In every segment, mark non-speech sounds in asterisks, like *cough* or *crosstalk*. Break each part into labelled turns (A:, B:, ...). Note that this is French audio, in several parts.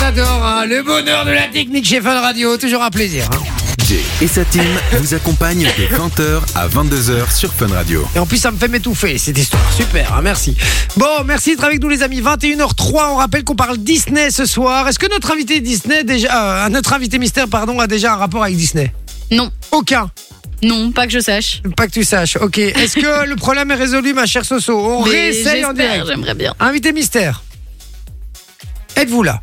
A: Ah, le bonheur de la technique chez Fun Radio, toujours un plaisir. hein.
B: Jay et sa team vous accompagnent de 20h à 22h sur Fun Radio.
A: Et en plus, ça me fait m'étouffer, cette histoire. Super, hein, merci. Bon, merci d'être avec nous, les amis. 21h03, on rappelle qu'on parle Disney ce soir. Est-ce que notre invité Disney, déjà, euh, notre invité mystère, pardon, a déjà un rapport avec Disney
C: Non,
A: Aucun,
C: non, pas que je sache.
A: pas que tu saches. Ok, est-ce que le problème est résolu, ma chère Soso On
C: Mais
A: réessaye en
C: j'espère,
A: direct.
C: J'aimerais bien.
A: Invité mystère. Êtes-vous
D: *laughs*
A: là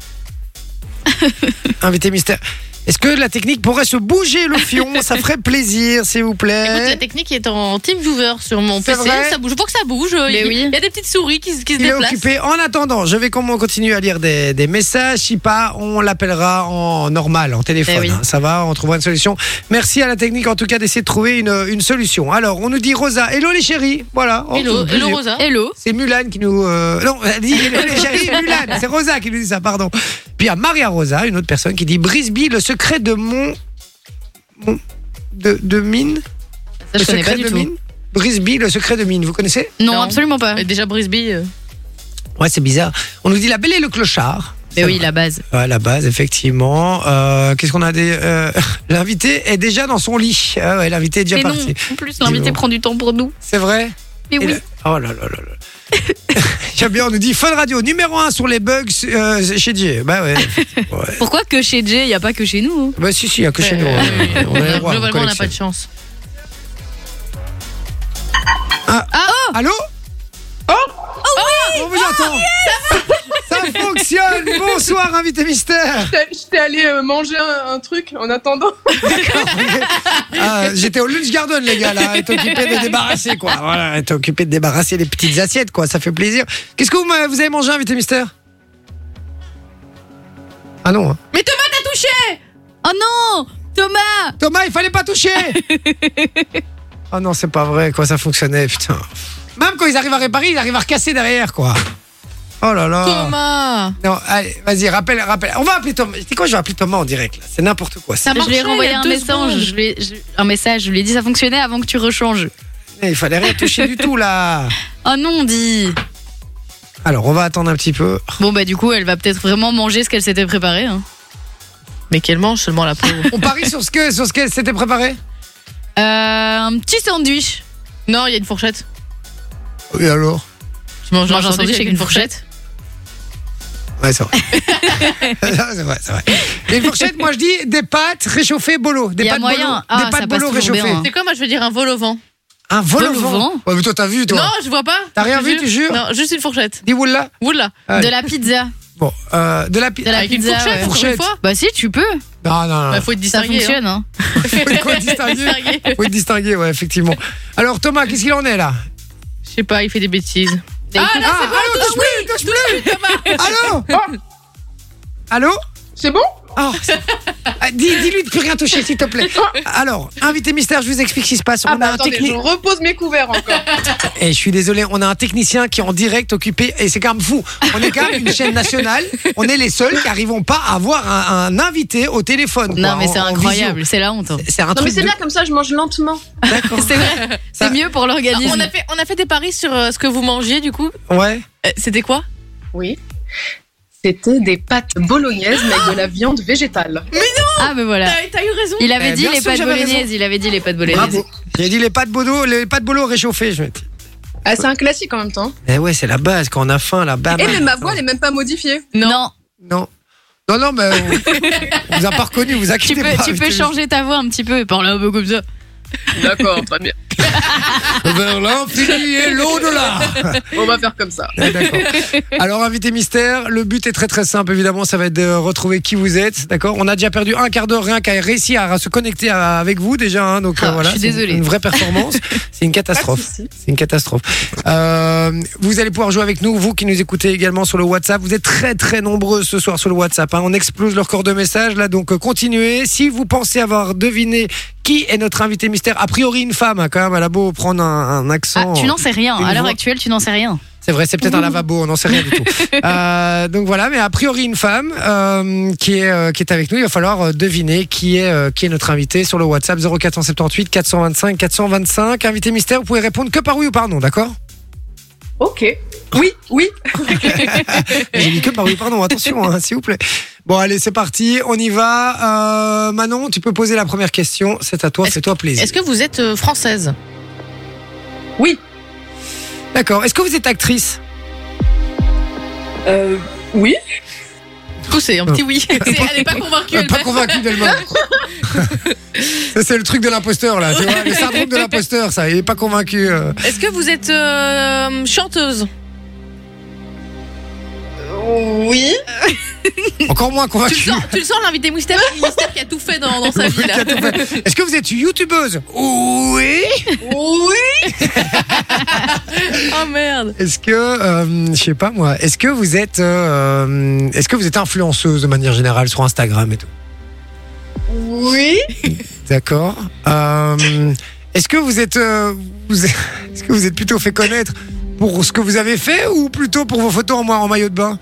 A: Invité mystère. Est-ce que la technique pourrait se bouger le
D: *laughs*
A: fion Ça ferait plaisir, s'il vous
D: Écoute, la
A: plaît.
D: technique est en TeamViewer sur mon
A: Euh. C'est
D: PC.
A: vrai
D: Ça bouge. Je vois que ça bouge. Il
C: Mais
D: y-
C: oui.
D: il y a des petites souris qui, se- qui se
A: Il est
D: déplacent.
A: occupé. En attendant, je vais comment continuer à lire des, des messages. Si pas, on l'appellera en normal, en téléphone.
D: Eh oui.
A: hein. Ça va, on trouvera une solution. Merci à la technique, en tout cas, d'essayer de trouver une, une solution. Alors, on nous dit Rosa. Hello les chéris. Voilà. Oh,
D: Hello,
A: c'est
D: hello
A: plaisir.
D: Rosa.
C: Hello.
A: C'est Mulan qui nous. euh, Non, elle dit elle- elle-
D: *laughs*
A: j'ai dit Mulan, c'est Rosa qui nous dit ça, pardon. Puis il y a Maria Rosa, une autre personne qui dit Brisby, le secret de mon. mon- de, de mine
D: Ça,
A: Le
D: je connais
A: secret
D: pas du
A: de
D: tout.
A: mine Brisby, le secret de mine, vous connaissez
C: Non,
D: Non.
C: absolument pas.
D: Euh, Déjà Brisby. euh,
A: Ouais, c'est bizarre. On nous dit La Belle et le Clochard.
D: Mais
A: C'est
D: Ben oui,
A: vrai.
D: la base.
A: Ouais, la base, effectivement. Euh, Qu'est-ce qu'on a des. euh, *laughs* L'invité est déjà dans son lit. Ah ouais, l'invité est déjà
D: Mais non,
A: parti.
D: en plus,
A: Dis-moi.
D: l'invité prend du temps pour nous.
A: C'est vrai
D: Mais
A: Et
D: oui.
A: le- Oh là là là là. *laughs* J'aime bien, on nous dit Fun Radio, numéro 1 sur les bugs euh, chez Dieu. Bah ouais. ouais.
C: Pourquoi que chez Jay, il n'y a pas que chez nous hein
A: Bah si, si, il n'y a que chez nous. hein. On est
D: *laughs*
A: les rois, on
D: Euh, Globalement, on n'a
A: collectionne.
D: pas de chance.
A: Allô Oh On vous
D: Ah,
A: entend Ça
D: *laughs*
A: fonctionne Bonsoir, invité mystère
E: J'étais- J'étais allée euh, manger un, un truc en attendant. *laughs*
A: Ah, J'étais au Lunch Garden, les gars, là. Elle était occupée de débarrasser, quoi. Voilà, elle était occupée de débarrasser les petites assiettes, quoi. Ça fait plaisir. Qu'est-ce que vous, m'avez- vous avez mangé, invité mystère Ah non. hein.
C: Mais Thomas, t'as touché Oh non Thomas
A: Thomas, il fallait pas toucher *laughs* Oh non, c'est pas vrai, quoi, ça fonctionnait, putain. Même quand ils arrivent à réparer, ils arrivent à recasser derrière, quoi. Oh là là.
D: Thomas
A: Non, allez, vas-y, rappelle, rappelle. On va appeler Thomas. C'est quoi, je vais appeler Thomas en direct, là C'est n'importe quoi. ça.
C: Je lui ai
D: marchait il
C: renvoyé
D: y a
C: un
D: deux
C: message,
D: secondes.
C: je lui ai- je- un message, je lui ai dit ça fonctionnait avant que tu rechanges.
A: Il fallait rien toucher du tout, là.
C: Oh non, dit
A: Alors, on va attendre un petit peu.
C: Bon bah du coup, elle va peut-être vraiment manger ce qu'elle s'était préparé. hein.
D: Mais qu'elle mange seulement la pauvre.
A: On parie sur ce que, sur ce qu'elle s'était préparée
C: Euh, un petit sandwich.
D: non, il y a une fourchette.
A: Oui, alors
D: Tu manges
C: Mange un sandwich avec une fourchette.
A: Ouais, c'est vrai. *laughs* c'est vrai, c'est vrai. Et une fourchette, moi, je dis des pâtes réchauffées bolo. Des
C: Il y a
A: pâtes
C: moyen.
A: bolo,
C: Ah,
A: des
C: ça
A: pâtes
C: passe
A: bolo
C: toujours bien,
A: réchauffées.
C: hein.
D: C'est quoi Moi, je veux dire un vol au vent.
A: Un vol au
C: Vol au
A: vent.
C: vent
A: Ouais, mais toi, t'as vu, toi
D: Non, Oh, je vois pas.
A: T'as
D: Je
A: rien
D: te
A: vu,
D: jure.
A: tu jures
D: Non, juste une fourchette.
A: Dis Wallah.
D: Oula.
A: Ouais.
C: De la pizza.
A: Bon, euh, de la pi-
C: De la
D: Avec
C: pizza.
D: une fourchette,
C: ouais.
D: encore
A: Fourchette.
D: une fois.
C: Bah si, tu peux.
A: Non, non, non.
D: Ah. Bah, faut être
C: Ça
D: distingué.
C: fonctionne. hein.
A: *laughs* Faut être quoi, distingué. Faut être distingué, ouais, effectivement. Alors, Thomas, qu'est-ce qu'il en est là
D: Je sais
C: Bah,
D: pas, il fait des bêtises.
C: Ah,
A: Ah, allô, touche plus, touche plus Allô Allô
E: C'est bon
A: Oh, c'est- Ah, dis- Dis-lui de plus rien toucher, s'il te plaît. Alors, invité mystère, je vous explique ce qui se passe.
E: Ah
A: On a
E: bah
A: un
E: attendez, je
A: technicien.
E: repose mes couverts encore.
A: je suis désolé, on a un technicien qui est en direct occupé, et c'est quand même fou. On est quand même une chaîne nationale. On est les seuls qui n'arrivons pas à avoir un, un invité au téléphone.
C: Non
D: bah,
A: quoi,
C: mais c'est
A: en- en
C: incroyable, c'est la honte. hein.
A: visio. C'est un
E: *laughs* Non mais
A: truc.
E: c'est
A: de-
E: bien comme ça, je mange lentement.
A: D'accord.
C: C'est vrai,
A: Ça-
C: c'est mieux pour
D: Ah, on, a
C: l'organisme.
D: fait, on a fait des paris sur euh, ce que vous mangez, du coup.
A: Ouais.
D: Euh, C'était quoi
E: Oui. C'était des pâtes bolognaises mais avec de la viande végétale.
C: Ah ben voilà.
D: T'as t'as eu raison.
C: Il
A: Eh,
C: avait dit
A: bien
C: les
A: sûr,
C: pâtes
A: j'avais raison.
C: bolognaises, il avait dit les pâtes bolognaises.
A: Bravo. J'ai dit les pâtes bolo, les pâtes bolo réchauffées. Je me dis.
E: Ah, c'est un classique en même temps.
A: Eh ouais, c'est la base quand on a faim, la base.
E: Et même Eh, ma voix n'est même pas modifiée.
C: Non,
A: Non. Non, non, mais on, on vous a pas reconnu, vous
C: tu
A: inquiétez
C: peux,
A: pas.
C: tu peux changer ta voix un petit peu et parler un peu comme ça.
E: D'accord, très bien.
A: Vers l'infini et l'au-delà.
E: On va faire comme ça.
A: Ouais, Ah,
C: *laughs*
A: D'accord. Alors, invité mystère, le but est très très simple, évidemment, ça va être de retrouver qui vous êtes, d'accord On a déjà perdu un quart d'heure rien qu'à réussir à se connecter à- avec vous déjà, hein, donc euh,
C: Ah,
A: voilà.
C: je suis
A: c'est une-
C: désolée.
A: Une vraie
C: *laughs*
A: performance, c'est une catastrophe. C'est une catastrophe. Euh, vous allez pouvoir jouer avec nous, vous qui nous écoutez également sur le WhatsApp. Vous êtes très très nombreux ce soir sur le WhatsApp. hein. On explose leur corps de message là, donc euh, continuez. Si vous pensez avoir deviné qui est notre invité mystère, a priori une femme, hein, quand même, elle a beau prendre un, un
C: Ah,
D: Oh.
A: accent.
C: tu n'en sais rien.
A: Une
C: À l'heure
A: voix.
C: actuelle, tu n'en sais rien.
A: C'est vrai, c'est peut-être
D: *laughs*
A: un lavabo, on n'en sait rien du tout. Euh, donc voilà, mais a priori une femme euh, qui est euh, qui est avec nous. Il va falloir euh, deviner qui est euh, qui est notre invité sur le WhatsApp 0478 425 425. Invité mystère, vous pouvez répondre que par oui ou par non,
D: *laughs*
A: d'accord
E: Ok. Oui, oui.
A: J'ai dit que par oui, pardon, attention, hein, s'il vous plaît. Bon, allez, c'est parti, on y va. Euh, Manon, tu peux poser la première question. C'est à toi,
D: Est-ce-
A: fais-toi plaisir.
D: Est-ce que vous êtes euh, française
E: Oui.
A: D'accord. Est-ce que vous êtes actrice
E: Euh, oui.
D: Du coup, c'est un petit oui. C'est- Elle n'est pas convaincue.
A: Euh,
D: elle
A: Pas
D: va-
A: convaincu
D: *laughs*
A: d'elle-même. *laughs* Ça, c'est le truc de l'imposteur, là. Tu vois, le syndrome
D: *laughs*
A: de l'imposteur, ça. Il est pas convaincu. euh.
D: Est-ce que vous êtes
A: *laughs*
D: euh, chanteuse
E: Oui.
A: Encore moins
D: tu le,
A: convaincu.
D: sens, tu le sens, l'invité mystère, mystère qui a tout fait
A: *laughs*
D: dans, dans sa vie. Là.
A: Est-ce que vous êtes youtubeuse Oui.
E: Oui.
D: Oh merde.
A: Est-ce que, euh, je sais pas moi, est-ce que vous êtes, euh, est-ce que vous êtes influenceuse de manière générale sur Instagram et tout
E: Oui.
A: D'accord. Euh, Est-ce que vous êtes, *laughs* euh, vous- est-ce que vous êtes plutôt fait connaître pour ce que vous avez fait ou plutôt pour vos photos en, moi- en maillot de bain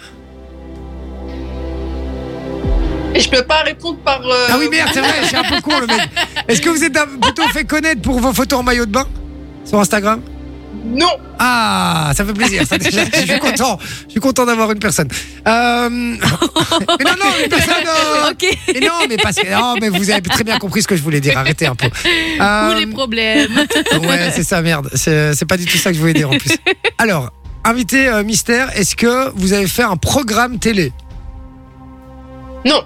D: Euh,
E: Et je peux pas répondre par. euh,
A: Ah oui merde,
D: *laughs*
A: c'est vrai, je suis un peu con le mec. Est-ce que vous êtes un- plutôt fait connaître pour vos photos en maillot de bain sur Instagram
E: Non.
A: Ah, ça fait plaisir. Ça, déjà, je suis content. Je suis content d'avoir une personne. Euh... *laughs* mais non, non, une personne. euh,
D: Ok.
A: Mais non, mais parce que non, mais vous avez très bien compris ce que je voulais dire. Arrêtez un peu. Euh,
D: Tous les problèmes.
A: ouais, c'est ça, merde. C'est c'est pas du tout ça que je voulais dire en plus. Alors, invité euh, mystère, est-ce que vous avez fait un programme télé
E: Non.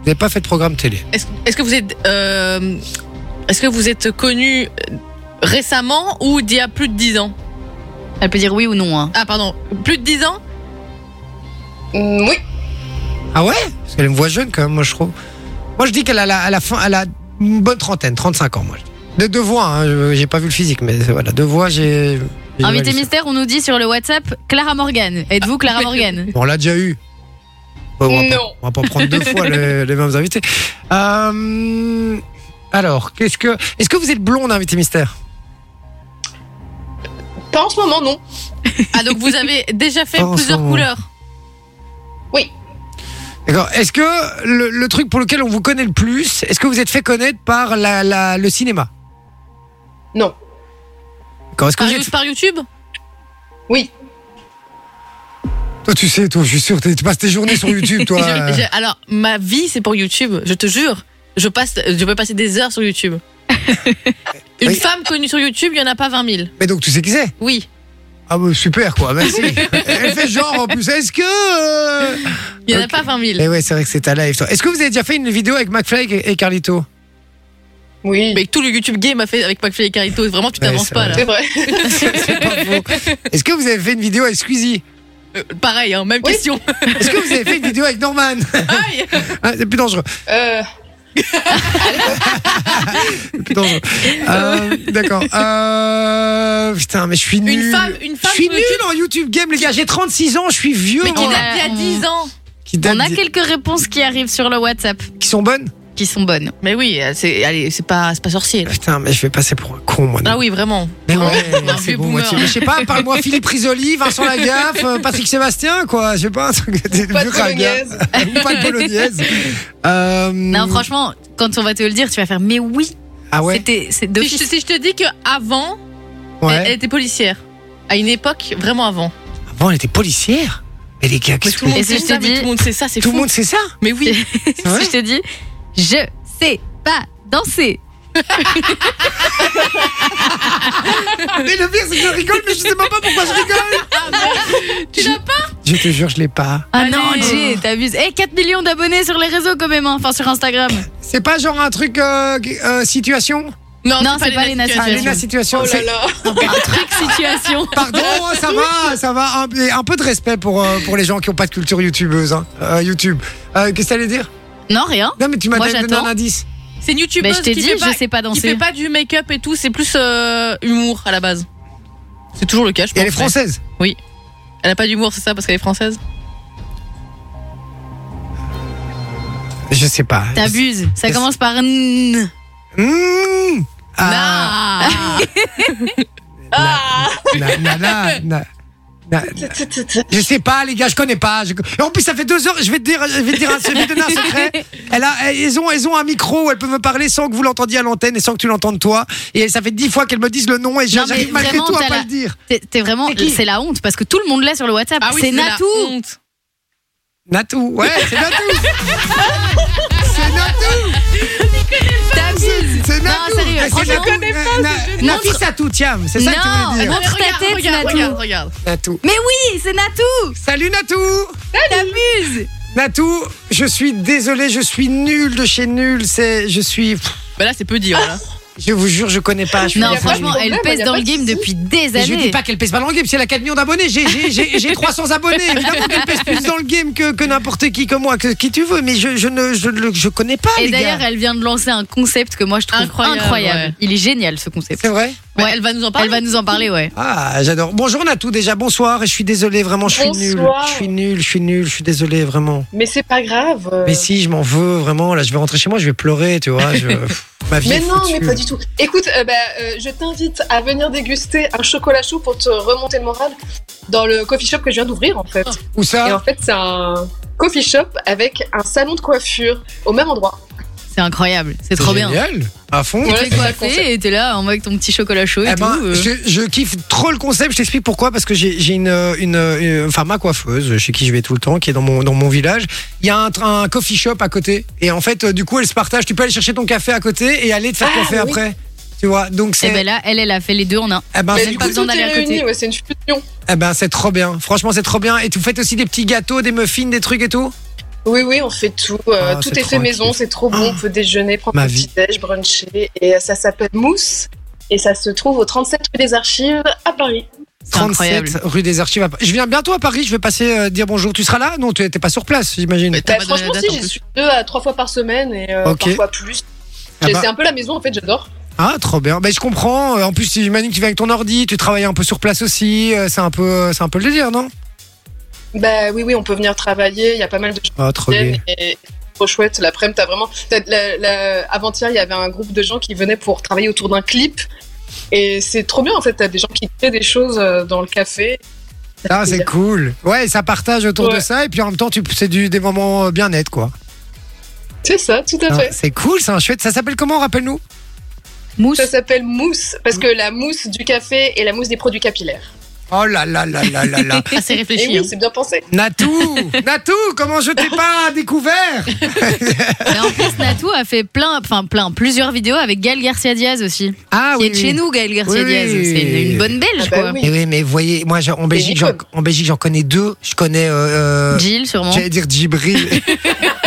A: Vous n'avez pas fait de programme télé.
D: Est-ce est-ce que vous êtes, euh, est-ce que vous êtes connue euh, récemment ou d'il y a plus de 10 ans
C: Elle peut dire oui ou non. Hein.
D: Ah pardon, plus de 10 ans
E: Mm, Oui.
A: Ah ouais Parce qu'elle me voit jeune quand même, moi je trouve. Moi je dis qu'elle a la, à la fin, elle a une bonne trentaine, 35 ans, moi. je dis. De deux voix, hein, je- j'ai pas vu le physique, mais voilà, deux voix, j'ai. j'ai
C: Invité
A: évalué ça.
C: mystère, on nous dit sur le WhatsApp Clara Morgan.
D: Ah,
C: Êtes-vous Clara Morgan
A: Bon, on l'a déjà eu. Bon, on, va
E: Non.
A: Pas, on va pas prendre deux fois les, les mêmes invités. Euh, alors, qu'est-ce que. Est-ce que vous êtes blonde, invité mystère
E: Pas en ce moment, non.
D: Ah donc vous avez déjà fait
A: Pas en ce
D: plusieurs
A: moment.
D: couleurs.
A: D'accord. Est-ce que le, le truc pour lequel on vous connaît le plus, est-ce que vous êtes fait connaître par la, la- le cinéma
E: Non.
A: D'accord. Est-ce que
D: Par,
A: vous
D: You-
A: êtes.
D: par YouTube
E: Oui.
A: Toi, tu sais, toi, je suis sûr, t'es- tu passes tes journées sur YouTube, toi.
D: *laughs* Je-
C: euh,
D: je- Alors ma vie c'est pour YouTube, je te jure. Je passe, je peux passer des heures sur YouTube.
C: *laughs*
D: Une
A: Oui.
D: femme connue sur YouTube, il y en a pas 20 000.
A: Mais donc, tu sais qui c'est
D: Oui,
A: Ah bah, super quoi,
D: *laughs*
A: merci. Elle fait genre en plus. Est-ce que euh,
D: il y en
A: Ok.
D: a pas 20 000.
A: Eh ouais, c'est vrai que c'est ta live. toi. Est-ce que vous avez déjà fait une vidéo avec McFly et et Carlito
E: Oui.
D: Mais tout le YouTube game a fait avec McFly et Carito, vraiment tu
A: Ouais,
D: t'avances
A: c'est
D: pas
A: vrai.
D: là.
E: C'est vrai.
A: C'est pas faux. Est-ce que vous avez fait une vidéo avec Squeezie
D: Euh, pareil, hein, même
C: *laughs*
E: Oui.
D: question.
A: Est-ce que vous avez fait une vidéo avec Norman
D: Aïe.
A: *laughs* Ah, C'est plus dangereux.
E: Euh,
A: c'est plus dangereux. Euh, D'accord. Euh, putain, mais je suis nul.
D: Une femme, une
A: je
D: femme
A: suis
D: sur
A: nul
D: YouTube,
A: en YouTube Game, les gars. J'ai 36 ans, je suis vieux.
D: mais qui
A: moi.
D: date il y a 10 ans.
A: Qui date
C: On a
A: d-
C: quelques réponses qui arrivent sur le WhatsApp
A: qui sont bonnes
C: qui sont bonnes.
D: Mais oui, euh, c'est allez, c'est pas c'est pas sorcier. là.
A: Putain, mais je vais passer pour un con, moi. non.
D: Ah oui, vraiment.
A: Mais ouais,
D: Un
A: c'est
D: vieux
A: bon,
D: boomer.
A: moitié. Mais je sais pas, parle-moi Philippe Risoli, Vincent Lagaffe, euh, Patrick Sébastien, quoi. Je sais pas, un truc des
E: pas de
A: vieux ringards.
E: polonaise.
A: Ou pas de bolognaise. Euh,
C: Non, franchement, quand on va te le dire, tu vas faire mais oui,
A: Ah ouais,
C: c'était c'est
D: Si je,
C: d'office.
D: te- si je te dis que avant,
A: ouais.
D: elle, elle était policière. À une époque, vraiment avant.
A: Avant, elle était policière. Mais les gars,
D: Mais
A: qu'est-ce
D: tout
A: que
D: le
A: vous-
D: monde
C: Et si
D: sait
C: je te
D: ça, mais
C: dis-
D: tout le monde sait ça, c'est
A: tout le
D: fou.
A: monde sait ça
D: Mais oui, *laughs*
A: C'est vrai
C: *laughs* Si je te dis je sais pas danser.
D: Ah,
A: Mais le pire, c'est que je rigole, mais je sais même pas pourquoi je
D: *laughs*
A: rigole.
D: bah, tu l'as pas.
A: Je te jure, je l'ai pas.
C: Ah
D: Allez.
C: non, Jay, t'abuses. Eh, 4 millions d'abonnés sur les réseaux quand même, hein. enfin sur Instagram.
A: C'est pas genre un truc euh, euh, situation
C: Non, c'est pas les
A: Ah,
C: Situation.
A: Luna, situation.
E: Oh là
A: c'est-
E: là.
C: Un truc situation. *laughs*
A: Pardon, hein, ça va, ça va. Un, et un peu de respect pour, euh, pour les gens qui ont pas de culture youtubeuse. Hein, euh, YouTube. Euh, Qu'est-ce que t'allais dire
C: Non, rien.
A: Non, mais tu m'as
C: Moi,
A: donné
C: j'attends.
A: un indice.
D: C'est une youtubeuse
C: Mais je t'ai
D: qui
C: dit,
D: fait pas,
C: je sais pas
D: qui
C: danser.
D: fait pas du make-up et tout, c'est plus euh, humour à la base. C'est toujours le cas, je
A: Et
D: pense.
A: elle est française.
D: mais Elle a pas d'humour, c'est ça, parce qu'elle est française.
A: Je sais pas.
C: T'abuses. Ça
A: Est-ce-
C: commence par n.
A: Mmh. Ah. *laughs* Na- na- na- na- na- Je sais pas, les gars, je connais pas. Je- Et En plus, ça fait deux heures. Je vais te dire, je vais te dire, un- je vais te donner un secret. Elle a, elles ont, elles ont un micro où elles peuvent me parler sans que vous l'entendiez à l'antenne et sans que tu l'entendes toi. Et ça fait dix fois qu'elles me disent le nom et
C: Non, mais
A: j'arrive malgré
C: vraiment,
A: tout à
C: t'as
A: pas
C: la-
A: le dire.
C: T'es t'es vraiment.
A: C'est qui
C: C'est la honte parce que tout le monde l'est sur le WhatsApp.
D: Ah oui,
C: c'est
D: la
C: Natou.
D: honte.
A: Natou. Ouais, c'est Natou.
C: *laughs*
A: c'est Natou.
C: T'abuses.
A: C'est
C: Non,
A: Natou.
C: sérieux,
A: Ah, c'est
C: franchement,
A: Natou.
C: je connais
A: Na- Na- Natou Satou, tiens, c'est ça que tu
C: Non.
A: voulais dire.
C: Montre ta
D: regarde,
C: tête,
D: regarde,
C: Natou.
D: regarde, regarde.
A: Natou.
C: Mais oui, c'est Natou.
A: Salut Natou.
C: T'abuses.
A: Natou, je suis désolé, je suis nul de chez nul. C'est, je suis, pff,
D: Bah là, c'est peu
C: *laughs*
D: dire. là.
A: je vous jure, je connais pas. Je suis
C: Non,
A: désolé.
C: franchement,
E: pas de
C: elle
E: problème,
C: pèse
E: y a
C: dans
E: pas
C: le
E: de
C: game
E: souci.
C: depuis des
A: Mais je dis
C: années.
A: pas qu'elle pèse pas dans le game, c'est la 4 millions d'abonnés. J'ai- J'ai j'ai-
C: *laughs*
A: j'ai 300 abonnés. Évidemment qu'elle pèse plus dans le game que, que n'importe qui, que moi, que qui tu veux. Mais je, je ne je, le- je connais pas,
C: Et
A: les
C: d'ailleurs,
A: gars.
C: elle vient de lancer un concept que moi je trouve
D: Incroyable,
C: incroyable.
D: ouais.
C: Il est génial ce concept.
A: C'est vrai
D: Mais Elle va nous en parler.
C: Elle va nous en parler, ouais.
A: Ah, j'adore. Bonjour Natou, déjà, bonsoir. Et je suis désolé, vraiment, je suis nul.
E: Bonsoir.
A: Je suis nul, je suis nul, je suis désolé, vraiment.
E: Mais c'est pas grave. euh,
A: Mais si, je m'en veux, vraiment. Là, je vais rentrer chez moi, je vais pleurer, tu vois.
E: *laughs*
A: je- pff, Ma vie
E: Mais
A: est
E: non,
A: foutue.
E: mais pas du tout. Écoute, euh, bah, euh, je t'invite à venir déguster un chocolat chaud pour te remonter le moral dans le coffee shop que je viens d'ouvrir en fait.
A: Où
E: Et
A: ça
E: en fait, c'est un coffee shop avec un salon de coiffure au même endroit.
C: C'est incroyable. C'est trop bien.
A: Génial. À fond.
E: Ouais,
C: T'es
E: c'est ça le
C: coiffé et t'es là en mode avec ton petit chocolat chaud et
A: Eh
C: tout.
A: ben,
C: euh.
A: je, je kiffe trop le concept. Je t'explique pourquoi. Parce que j'ai j'ai une, euh, une, euh, enfin ma coiffeuse, chez qui je vais tout le temps, qui est dans mon dans mon village. Il y a un, tra- un coffee shop à côté. Et en fait, euh, du coup, elle se partage. Tu peux aller chercher ton café à côté et aller te faire
E: Ah,
A: café
E: oui.
A: après. Tu vois. Donc c'est,
C: Et ben là, elle, elle a fait les deux en un.
A: eh ben,
E: Mais
A: c'est-
E: du
C: pas
E: coup,
C: besoin
E: tout
C: d'aller
E: est
C: à côté.
E: réuni, ouais, c'est une fusion.
A: eh ben, c'est trop bien. Franchement, c'est trop bien. Et tu faites aussi des petits gâteaux, des muffins, des trucs et tout.
E: Oui, oui, on fait tout. euh,
A: Ah,
E: tout
A: c'est
E: est fait
A: tranquille.
E: maison, c'est trop bon. On peut déjeuner, prendre
A: Ma
E: un
A: vie.
E: petit déj, bruncher. Et euh, ça s'appelle Mousse. Et ça se trouve au 37 rue des Archives à Paris.
C: C'est
A: 37
C: incroyable.
A: rue des Archives. à Pa- Je viens bientôt à Paris. Je vais passer euh, dire bonjour. Tu seras là Non, tu t'es pas sur place, j'imagine.
D: Mais t'as
E: Bah,
D: pas donné la
E: franchement,
D: date,
E: si,
D: en
E: j'y
D: plus.
E: suis deux à trois fois par semaine et euh,
A: Ok.
E: parfois plus.
A: Ah
E: J'ai-
A: bah.
E: C'est un peu la maison en fait, j'adore.
A: Ah, trop bien. Ben, je comprends. Euh, En plus, j'imagine que tu viens avec ton ordi, tu travailles un peu sur place aussi. Euh, C'est un peu, euh, c'est un peu le délire, non
E: Bah oui, oui, on peut venir travailler. Il y a pas mal de gens
A: Ah, trop
E: qui
A: bien.
E: viennent et c'est trop chouette. L'après-midi, t'as vraiment. t'as- la- la- Avant-hier, il y avait un groupe de gens qui venaient pour travailler autour d'un clip. Et c'est trop bien en fait. T'as des gens qui créent des choses euh, dans le café.
A: Ah, c'est cool. Ouais, ça partage autour de
E: Ouais.
A: ça et puis en même temps, tu, c'est du, des moments euh, bien nets, quoi.
E: C'est ça, tout à
A: Ah,
E: fait.
A: c'est cool, c'est un chouette. Ça s'appelle comment Rappelle-nous.
E: *laughs*
C: Mousse.
E: Ça s'appelle mousse parce que la mousse du café et la mousse des produits capillaires.
A: Oh là là là là là là.
D: Ah, c'est
E: Et
D: réfléchi.
E: oui, c'est bien pensé.
A: Natou, Natou, comment je t'ai pas découvert
C: hein. Mais en plus, Natou a fait plein, enfin plein, plusieurs vidéos avec Gaël Garcia Diaz aussi.
A: Ah
C: qui est de chez nous, Gaël Garcia
A: Oui,
C: Diaz.
A: oui.
C: C'est une, une bonne belge,
E: Ah bah
C: quoi.
E: oui.
A: Et oui, mais voyez, moi j'en- en Belgique, j'en, en Belgique, j'en connais deux. Je connais. euh, euh,
C: Jill, sûrement.
A: J'allais dire
C: *laughs*
A: Djibril.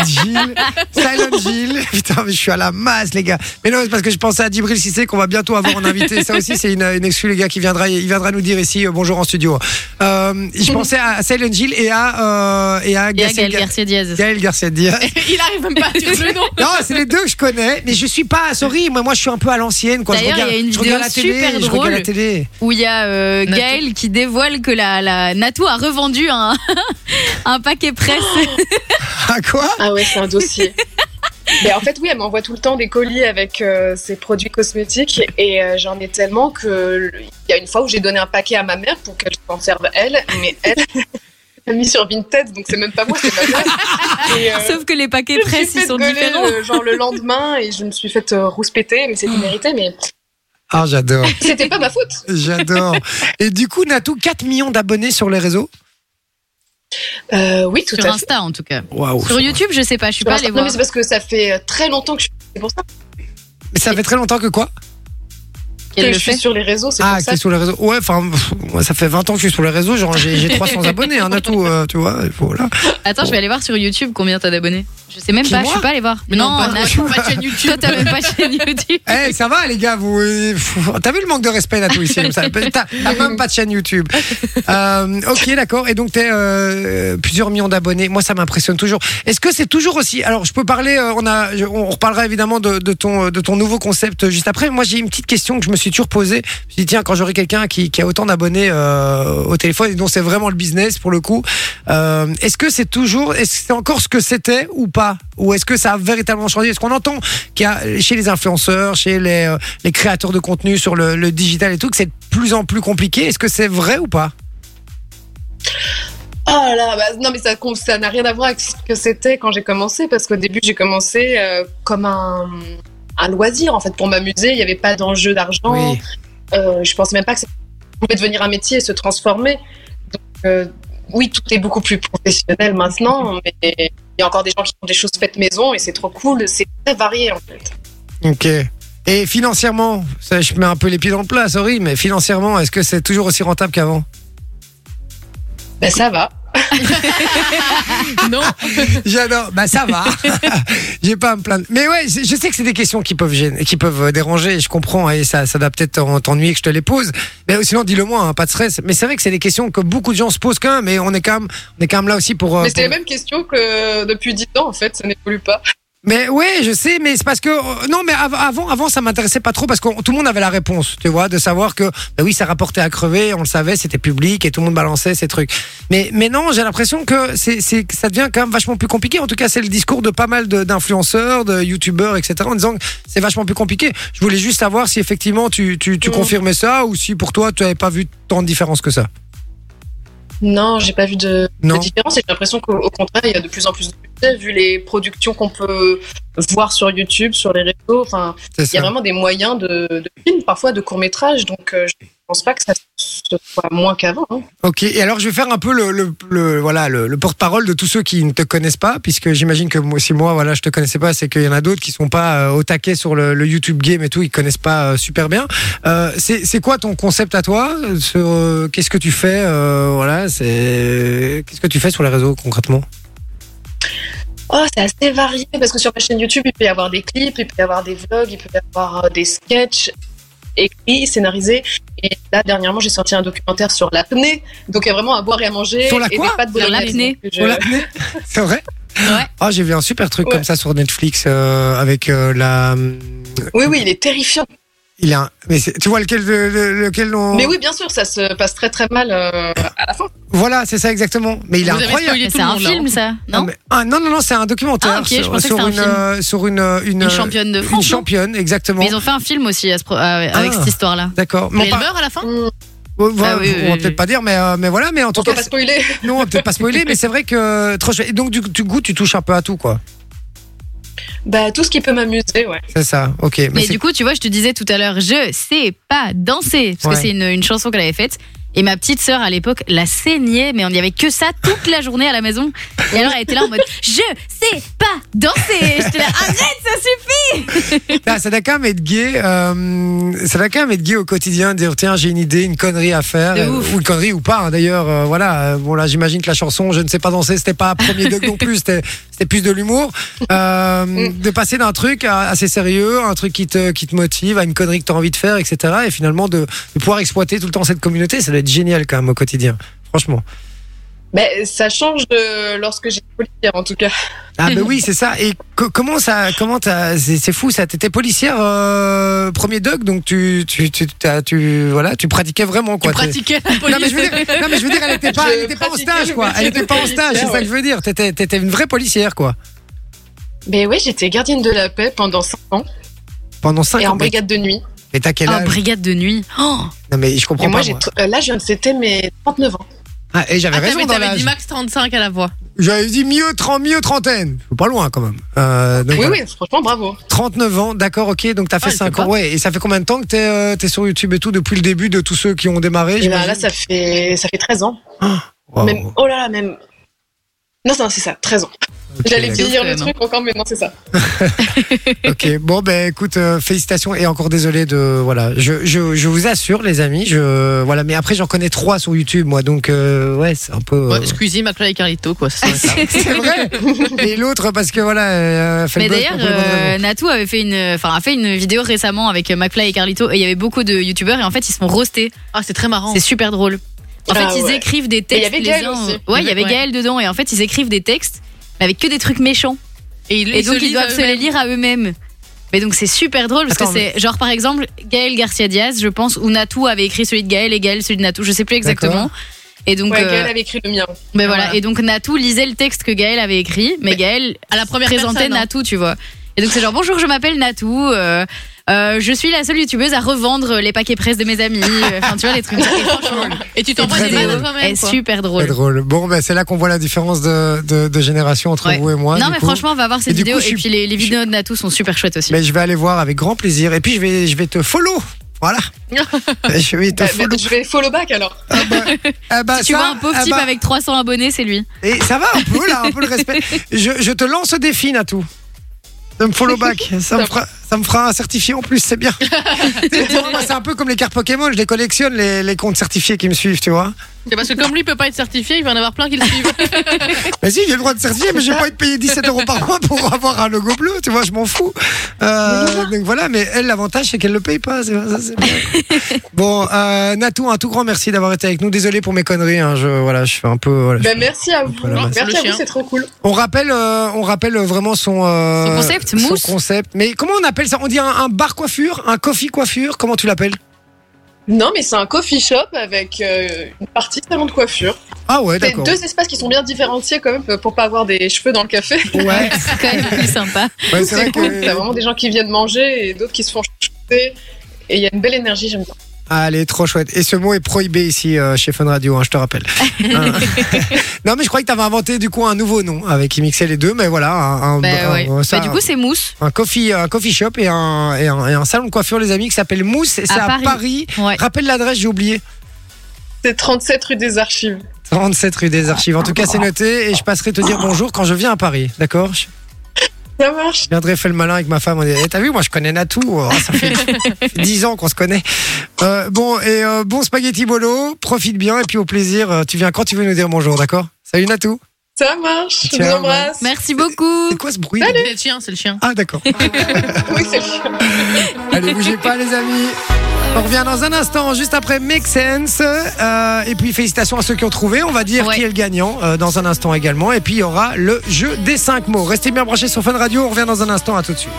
A: Jill. Silent Jill. Putain, mais je suis à la masse, les gars. Mais non, c'est parce que je pensais à Djibril Cissé qu'on va bientôt avoir en invité. Ça aussi, c'est une, une excuse, les gars, qui viendra, il viendra nous dire ici euh, bonjour en studio. Euh, je pensais à Silent Jill et à, euh, et à,
C: Et à
A: Garcia-
C: Gaël Garcia Diaz.
A: Gaël Garcia
C: *laughs*
A: Diaz.
D: Il arrive même pas à dire le nom.
A: Non, c'est les deux que je connais, mais je suis pas, sorry, moi, moi je suis un peu à l'ancienne, quoi. Je
C: D'ailleurs,
A: regarde,
C: il y a une
A: je regarde la
C: vidéo
A: télé,
C: super
A: je regarde la
C: drôle.
A: télé.
C: où il y a euh,
D: Natou.
C: Gaël qui dévoile que la, la Natou a revendu un, *laughs* un paquet presse.
A: Ah, quoi?
E: Ah ouais, c'est un dossier. *laughs* Mais en fait, oui, elle m'envoie tout le temps des colis avec euh, ses produits cosmétiques et euh, j'en ai tellement que le- il y a une fois où j'ai donné un paquet à ma mère pour qu'elle s'en serve elle, mais elle l'a mis sur Vinted, donc c'est même pas moi, c'est ma mère. Et, euh,
C: Sauf que les paquets
E: je me suis
C: presse, ils
E: fait
C: sont
E: gauler,
C: différents.
E: euh, genre le lendemain et je me suis faite euh, rouspéter, mais c'était mérité, mais
A: Ah, j'adore.
E: c'était pas ma faute.
A: J'adore. Et du coup, Natou, 4 millions d'abonnés sur les réseaux.
E: Euh, oui, tout
C: Sur
E: à fait.
C: Insta, en tout cas.
A: Waouh.
C: Sur YouTube, je sais pas, je suis
E: Sur
C: pas
E: Insta-
C: allée
E: non,
C: voir.
E: mais c'est parce que ça fait euh, très longtemps que je suis. C'est pour ça
A: Mais ça fait très longtemps que quoi?
E: que
C: Qu'elle
E: je
C: le
E: suis
C: fait.
E: sur les réseaux, c'est
A: Ah,
E: pour
A: qui
E: ça.
A: est sur les réseaux. Ouais, enfin, pff, moi, ça fait 20 ans que je suis sur les réseaux. Genre, j'ai j'ai
E: *laughs*
A: 300 abonnés, hein, Natou, euh, tu vois. et Voilà.
C: Attends, je vais aller voir sur YouTube combien t'as d'abonnés. Je sais même
A: Qui,
C: pas, je
A: moi
C: suis pas allée voir.
D: Mais non, pas-
C: Natou,
D: pas de chaîne YouTube.
C: toi, t'as même pas chaîne YouTube.
A: Eh, ça va, les gars, vous. euh, pff, T'as vu le manque de respect, Natou, ici, comme ça. T'as t'as même pas de chaîne YouTube. Euh, ok, d'accord. Et donc, t'es euh, plusieurs millions d'abonnés. Moi, ça m'impressionne toujours. Est-ce que c'est toujours aussi. Alors, je peux parler. euh, on, a, je- on reparlera évidemment de, de ton, euh, de ton nouveau concept euh, juste après. Moi, j'ai une petite question que je me suis toujours posée. Je me suis dit, tiens, quand j'aurai quelqu'un qui, qui a autant d'abonnés euh, au téléphone et dont c'est vraiment le business pour le coup, euh, est-ce que c'est toujours. Est-ce que c'est encore ce que c'était ou pas Ou est-ce que ça a véritablement changé Est-ce qu'on entend qu'il y a euh, chez les influenceurs, chez les, euh, les créateurs de contenu sur le, le digital et tout, que c'est de plus en plus compliqué Est-ce que c'est vrai ou pas
E: Ah là, bah, non mais ça com- ça n'a rien à voir avec ce que c'était quand j'ai commencé parce qu'au début j'ai commencé euh, comme un, un loisir en fait pour m'amuser. Il n'y avait pas d'enjeu d'argent. Euh, je pensais même pas que ça pouvait devenir un métier et se transformer. Donc, euh, oui, tout est beaucoup plus professionnel maintenant, mais il y a encore des gens qui font des choses faites maison et c'est trop cool. C'est très varié en fait.
A: Ok. Et financièrement, ça, je mets un peu les pieds dans le plat, sorry, mais financièrement, est-ce que c'est toujours aussi rentable qu'avant
E: Ben, ça va.
D: Non.
A: *laughs* J'adore. Bah ça va. *laughs* J'ai pas à me plaindre. Mais ouais, je je sais que c'est des questions qui peuvent gêner, qui peuvent euh, déranger. Je comprends et ça, ça doit peut-être t'en- t'ennuyer que je te les pose. Mais euh, sinon, dis-le-moi, hein, pas de stress. Mais c'est vrai que c'est des questions que beaucoup de gens se posent quand même. Et on est quand même, on est quand même là aussi pour. euh,
E: Mais c'est
A: pour-
E: les mêmes questions que depuis 10 ans en fait, ça n'évolue pas.
A: Mais ouais, je sais, mais c'est parce que euh, non, mais av- avant, avant, ça m'intéressait pas trop parce que tout le monde avait la réponse, tu vois, de savoir que bah oui, ça rapportait à crever, on le savait, c'était public et tout le monde balançait ces trucs. Mais mais non, j'ai l'impression que c'est c'est que ça devient quand même vachement plus compliqué. En tout cas, c'est le discours de pas mal de- d'influenceurs, de, youtubeurs, etc. En disant que c'est vachement plus compliqué. Je voulais juste savoir si effectivement tu tu, tu
E: Mm.
A: confirmais ça ou si pour toi tu avais pas vu tant de différence que ça.
E: Non, j'ai pas vu de, de
A: Non.
E: différence et j'ai l'impression qu'au au contraire, il y a de plus en plus de budget vu les productions qu'on peut voir sur YouTube, sur les réseaux. Enfin,
A: C'est
E: il y a
A: ça.
E: vraiment des moyens de, de films, parfois de courts-métrages, donc euh, je pense pas que ça se soit moins qu'avant. hein.
A: Ok, et alors je vais faire un peu le, le, le- voilà le, le porte-parole de tous ceux qui ne te connaissent pas, puisque j'imagine que moi, si moi voilà je te connaissais pas, c'est qu'il y en a d'autres qui sont pas euh, au taquet sur le, le YouTube game et tout, ils connaissent pas euh, super bien. Euh, c'est c'est quoi ton concept à toi euh, sur euh, qu'est-ce que tu fais euh, voilà c'est qu'est-ce que tu fais sur les réseaux concrètement
E: Oh, c'est assez varié parce que sur ma chaîne YouTube, il peut y avoir des clips, il peut y avoir des vlogs, il peut y avoir euh, des sketchs écrits, scénarisés. Et là, dernièrement, j'ai sorti un documentaire sur l'apnée. Donc, il y a vraiment à boire et à manger.
A: Sur la
E: et des
A: quoi
E: pâtes
C: Sur
E: bolognaises.
C: l'apnée.
E: Donc, je-
A: Sur l'apnée *laughs* C'est vrai
C: Ouais.
A: Oh, j'ai vu un super truc
E: Ouais.
A: comme ça sur Netflix euh, avec euh, la
E: Oui, oui, il est terrifiant.
A: il y a un... mais c'est- tu vois lequel le- le- lequel on
E: Mais oui, bien sûr, ça se passe très très mal euh, à la fin.
A: voilà c'est ça exactement mais il est
D: Vous avez
A: incroyable
D: spoilé
C: Mais
D: tout
C: C'est
D: le
C: un
D: monde, là.
C: film, ça
A: Ah,
C: Non
A: mais- ah, non, non, non, c'est un documentaire
C: Ah, ok, je
A: sur,
C: pensais que
A: sur
C: c'était
A: une,
C: un film.
A: euh, sur une, euh, une,
C: Une
A: euh,
C: championne de
A: une
C: France. non
A: championne, exactement.
C: Mais ils ont fait un film aussi à ce pro- euh, avec
A: Ah.
C: cette histoire-là.
A: D'accord.
D: Mais
A: Mais
D: elle
A: on, par-
D: meurt à la
E: Mm.
D: fin
A: ouais, voilà,
C: Ah oui, oui,
A: on va
C: oui.
A: peut-être pas dire, mais, euh, mais voilà, mais en tout
E: On peut
A: cas,
E: pas spoiler.
A: c'est- non, on va peut-être pas spoiler, mais c'est vrai que trop chouette. Et donc, du, du coup, tu touches un peu à tout, quoi.
E: Bah, tout ce qui peut m'amuser, ouais.
A: C'est ça, ok. Mais,
C: Mais
A: c'est-
C: du coup, tu vois, je te disais tout à l'heure, je sais pas danser, parce
A: Ouais.
C: que c'est une, une chanson qu'elle avait faite. Et ma petite sœur à l'époque la saignait, mais on n'y avait que ça toute la journée à la maison. Et alors elle était là en mode Je sais pas danser J'étais là, arrête, ça suffit
A: *laughs* Ah, ça doit quand même être gay, euh, ça doit quand même être gay au quotidien, de dire tiens, j'ai une idée, une connerie à faire,
C: De
A: euh,
C: ouf.
A: ou une connerie ou pas, hein, d'ailleurs. euh, voilà, euh, bon, là, j'imagine que la chanson, je ne sais pas danser, c'était pas premier degré non plus, c'était c'était plus de l'humour. Euh,
C: Mm.
A: de passer d'un truc à- assez sérieux, un truc qui te, qui te motive, à une connerie que tu as envie de faire, etc. Et finalement, de, de pouvoir exploiter tout le temps cette communauté, ça doit être génial quand même au quotidien. Franchement.
E: Mais ça change de lorsque j'étais policière, en tout cas.
A: Ah
E: *laughs*
A: ben oui, c'est ça. Et co- comment ça, comment t'as, c'est c'est fou ça. T'étais policière euh, premier doc, donc tu, tu, tu, t'as- tu, voilà, tu pratiquais vraiment
D: Tu
A: quoi. T'es-
D: pratiquais la
A: non mais,
D: police.
A: je veux dire, non mais je veux dire, elle était pas,
E: *laughs* Je
A: elle était pas en
E: pratiquais
A: stage
E: le
A: quoi. Elle
E: métier de
A: était pas en stage, c'est
E: policière,
A: ça que je veux dire. T'étais, t'étais une vraie policière quoi.
E: Mais ouais, j'étais gardienne de la paix pendant 5 ans
A: Pendant cinq
E: et en
A: ans. Mais
E: brigade de nuit.
A: mais t'as quel
C: Oh,
A: âge
C: brigade de nuit Oh,
A: Non mais je
E: Et
A: comprends
E: moi,
A: pas.
E: j'ai
A: moi.
E: tr- euh, là, je viens de fêter mes 39 ans.
A: Ah, et j'avais
D: Attends,
A: raison
D: mais
A: dans
D: t'avais
A: l'âge.
D: dit max 35 à la voix.
A: J'avais dit mieux 30, mieux trentaine. Faut Pas loin quand même. Euh, donc,
E: Oui,
A: voilà.
E: oui, franchement, bravo.
A: 39 ans, d'accord, ok. Donc t'as fait
D: Ah, il fait
A: 5 ans.
D: pas.
A: Ouais. Et ça fait combien de temps que t'es, euh, t'es sur YouTube et tout depuis le début de tous ceux qui ont démarré
E: Et ben là,
A: j'imagine
E: là, ça fait, ça fait 13 ans.
A: Wow.
E: Même, oh là là, même. Non, non, c'est ça, 13 ans.
A: Ok,
E: J'allais
D: d'accord.
E: dire le
D: C'est ouf,
E: truc encore, mais non, c'est ça.
A: Ok, bon ben écoute, euh, félicitations et encore désolé de voilà. Je, je, je vous assure les amis, je voilà, mais après j'en connais trois sur YouTube moi, donc euh, ouais c'est un peu. euh,
D: Ouais, Squeezie, McFly et Carlito, quoi. ça, ça.
A: c'est vrai. Et l'autre parce que voilà, euh, fait
C: Mais
A: le buzz
C: d'ailleurs,
A: pour les bonnes
C: euh,
A: raisons.
C: Natou avait fait une, enfin, a fait une vidéo récemment avec McFly et Carlito, et il y avait beaucoup de youtubeurs, et en fait, ils se font roaster.
D: Ah, c'est très marrant.
C: C'est super drôle. En
E: Ah
C: fait, ils
E: Oh. ouais.
C: écrivent des
E: il y
C: textes.
E: avait
C: les
E: Gaël
C: uns-
E: aussi.
C: Ouais, il y avait
D: Ouais.
C: Gaël dedans, et en fait, ils écrivent des textes, mais avec que des trucs méchants. Et
D: ils
C: donc
D: se
C: ils
D: lisent
C: doivent se les
D: eux-mêmes.
C: lire à eux-mêmes. Mais donc c'est super drôle parce
A: Attends,
C: que c'est genre par exemple Gaël Garcia Diaz, je pense, ou Natou avait écrit celui de Gaël et Gaël celui de Natou, je sais plus exactement. Et donc,
E: Ouais,
C: euh,
E: Gaël avait écrit le mien.
C: mais voilà.
D: Voilà.
C: Et donc Natou lisait le texte que Gaël avait écrit, mais,
D: Mais
C: Gaël
D: À la première
C: présentait
D: personne. hein.
C: Natou, tu vois. Et donc c'est genre bonjour, je m'appelle Natou, euh, euh, je suis la seule youtubeuse à revendre les paquets presse de mes amis. euh, *laughs* Enfin tu vois les trucs. comme ça. Et franchement,
D: Et tu
C: c'est
D: t'envoies
A: très
D: des
A: drôle.
D: vannes toi-même.
C: Et
D: quoi.
C: super
A: C'est
C: drôle.
A: drôle. Bon ben c'est là qu'on voit la différence de, de, de génération entre
C: Ouais.
A: vous et moi.
C: non
A: du
C: mais
A: coup. Ben,
C: franchement, on va voir cette
A: Et du
C: vidéo
A: coup, je
C: et
A: suis-
C: puis les, les vidéos de Natou sont super chouettes aussi.
A: Mais je vais aller voir avec grand plaisir et puis je vais je vais te follow
C: *laughs*
A: Voilà. je vais te
E: Bah,
A: follow.
E: bah, je vais follow back alors.
A: Ah bah, ah bah,
C: Si tu
A: ça,
C: vois un pauvre
A: ah
C: type
A: bah,
C: avec 300 abonnés, c'est lui.
A: Et ça va un peu là, un peu le respect. Je, je te lance au défi, Natou. De me follow *laughs* back. Ça me fera, ça me fera un certifié en plus, c'est *laughs* bien. Tu sais, moi, c'est un peu comme les cartes Pokémon, je les collectionne, les, les comptes certifiés qui me suivent, tu vois.
D: C'est parce que comme lui peut pas être certifié, il va en avoir plein qui le suivent.
A: Mais si, j'ai le droit de certifier, mais j'ai pas envie de payer 17 euros par mois pour avoir un logo bleu, tu vois, je m'en fous. Euh, donc voilà, mais elle, l'avantage, c'est qu'elle le paye pas. c'est- ça, c'est *laughs* bien. bon, euh, Natou, un tout grand merci d'avoir été avec nous. Désolé pour mes conneries, hein, je, voilà, je fais un peu. voilà, je-
E: Bah, merci à vous.
A: Voilà, bah,
E: merci
D: c'est
E: à
D: le
E: vous,
D: chien.
E: c'est trop cool.
A: On rappelle, euh, on rappelle vraiment son, euh,
C: Son concept,
A: son
C: mousse.
A: concept. Mais comment on appelle ça On dit un, un bar coiffure, un coffee coiffure. Comment tu l'appelles
E: Non, mais c'est un coffee shop avec euh, une partie salon de coiffure.
A: Ah ouais,
E: C'est
A: d'accord.
E: deux espaces qui sont bien différenciés quand même pour pas avoir des cheveux dans le café.
A: Ouais,
C: *laughs*
A: ouais,
C: C'est quand même plus sympa.
A: c'est vrai
E: C'est cool. T'as
A: que.
E: vraiment des gens qui viennent manger et d'autres qui se font chuter. Et il y a une belle énergie, j'aime bien.
A: Allez, trop chouette. Et ce mot est prohibé ici euh, chez Fun Radio, hein, je te
C: *laughs*
A: rappelle. Hein. *laughs* non, mais je croyais que t'avais inventé du coup un nouveau nom avec XMXL les deux, mais voilà, un, un-
C: Bah,
A: un- euh,
C: ouais.
A: ça,
C: Bah, du coup, c'est mousse.
A: un coffee, un coffee shop et un, et un, et un salon de coiffure, les amis, qui s'appelle Mousse. et C'est à,
C: Paris.
A: Paris.
C: Ouais.
A: Rappelle l'adresse, j'ai oublié.
E: C'est 37 rue des Archives.
A: 37 rue des Archives. En tout cas, c'est noté et je passerai te dire bonjour quand je viens à Paris. D'accord Je
E: Ça marche.
A: viendrai faire le malin avec ma femme. On dit, Eh, t'as vu, moi je connais Natou. Oh, ça fait 10 ans qu'on se connaît. Euh, bon, et euh, bon spaghetti bolo. Profite bien et puis au plaisir. euh, Tu viens quand tu veux nous dire bonjour, d'accord Salut Natou.
E: Ça marche. Je
A: Tiens,
E: vous embrasse.
C: Merci beaucoup.
A: C'est quoi ce bruit
D: C'est le chien, c'est le chien.
A: Ah, d'accord.
E: Oui, c'est le chien.
A: Allez, bougez pas, les amis. On revient dans un instant, juste après Make Sense. Euh, et puis félicitations à ceux qui ont trouvé. On va dire
C: Ouais.
A: qui est le gagnant euh, dans un instant également. Et puis il y aura le jeu des 5 mots. Restez bien branchés sur Fun Radio. On revient dans un instant. À tout de suite.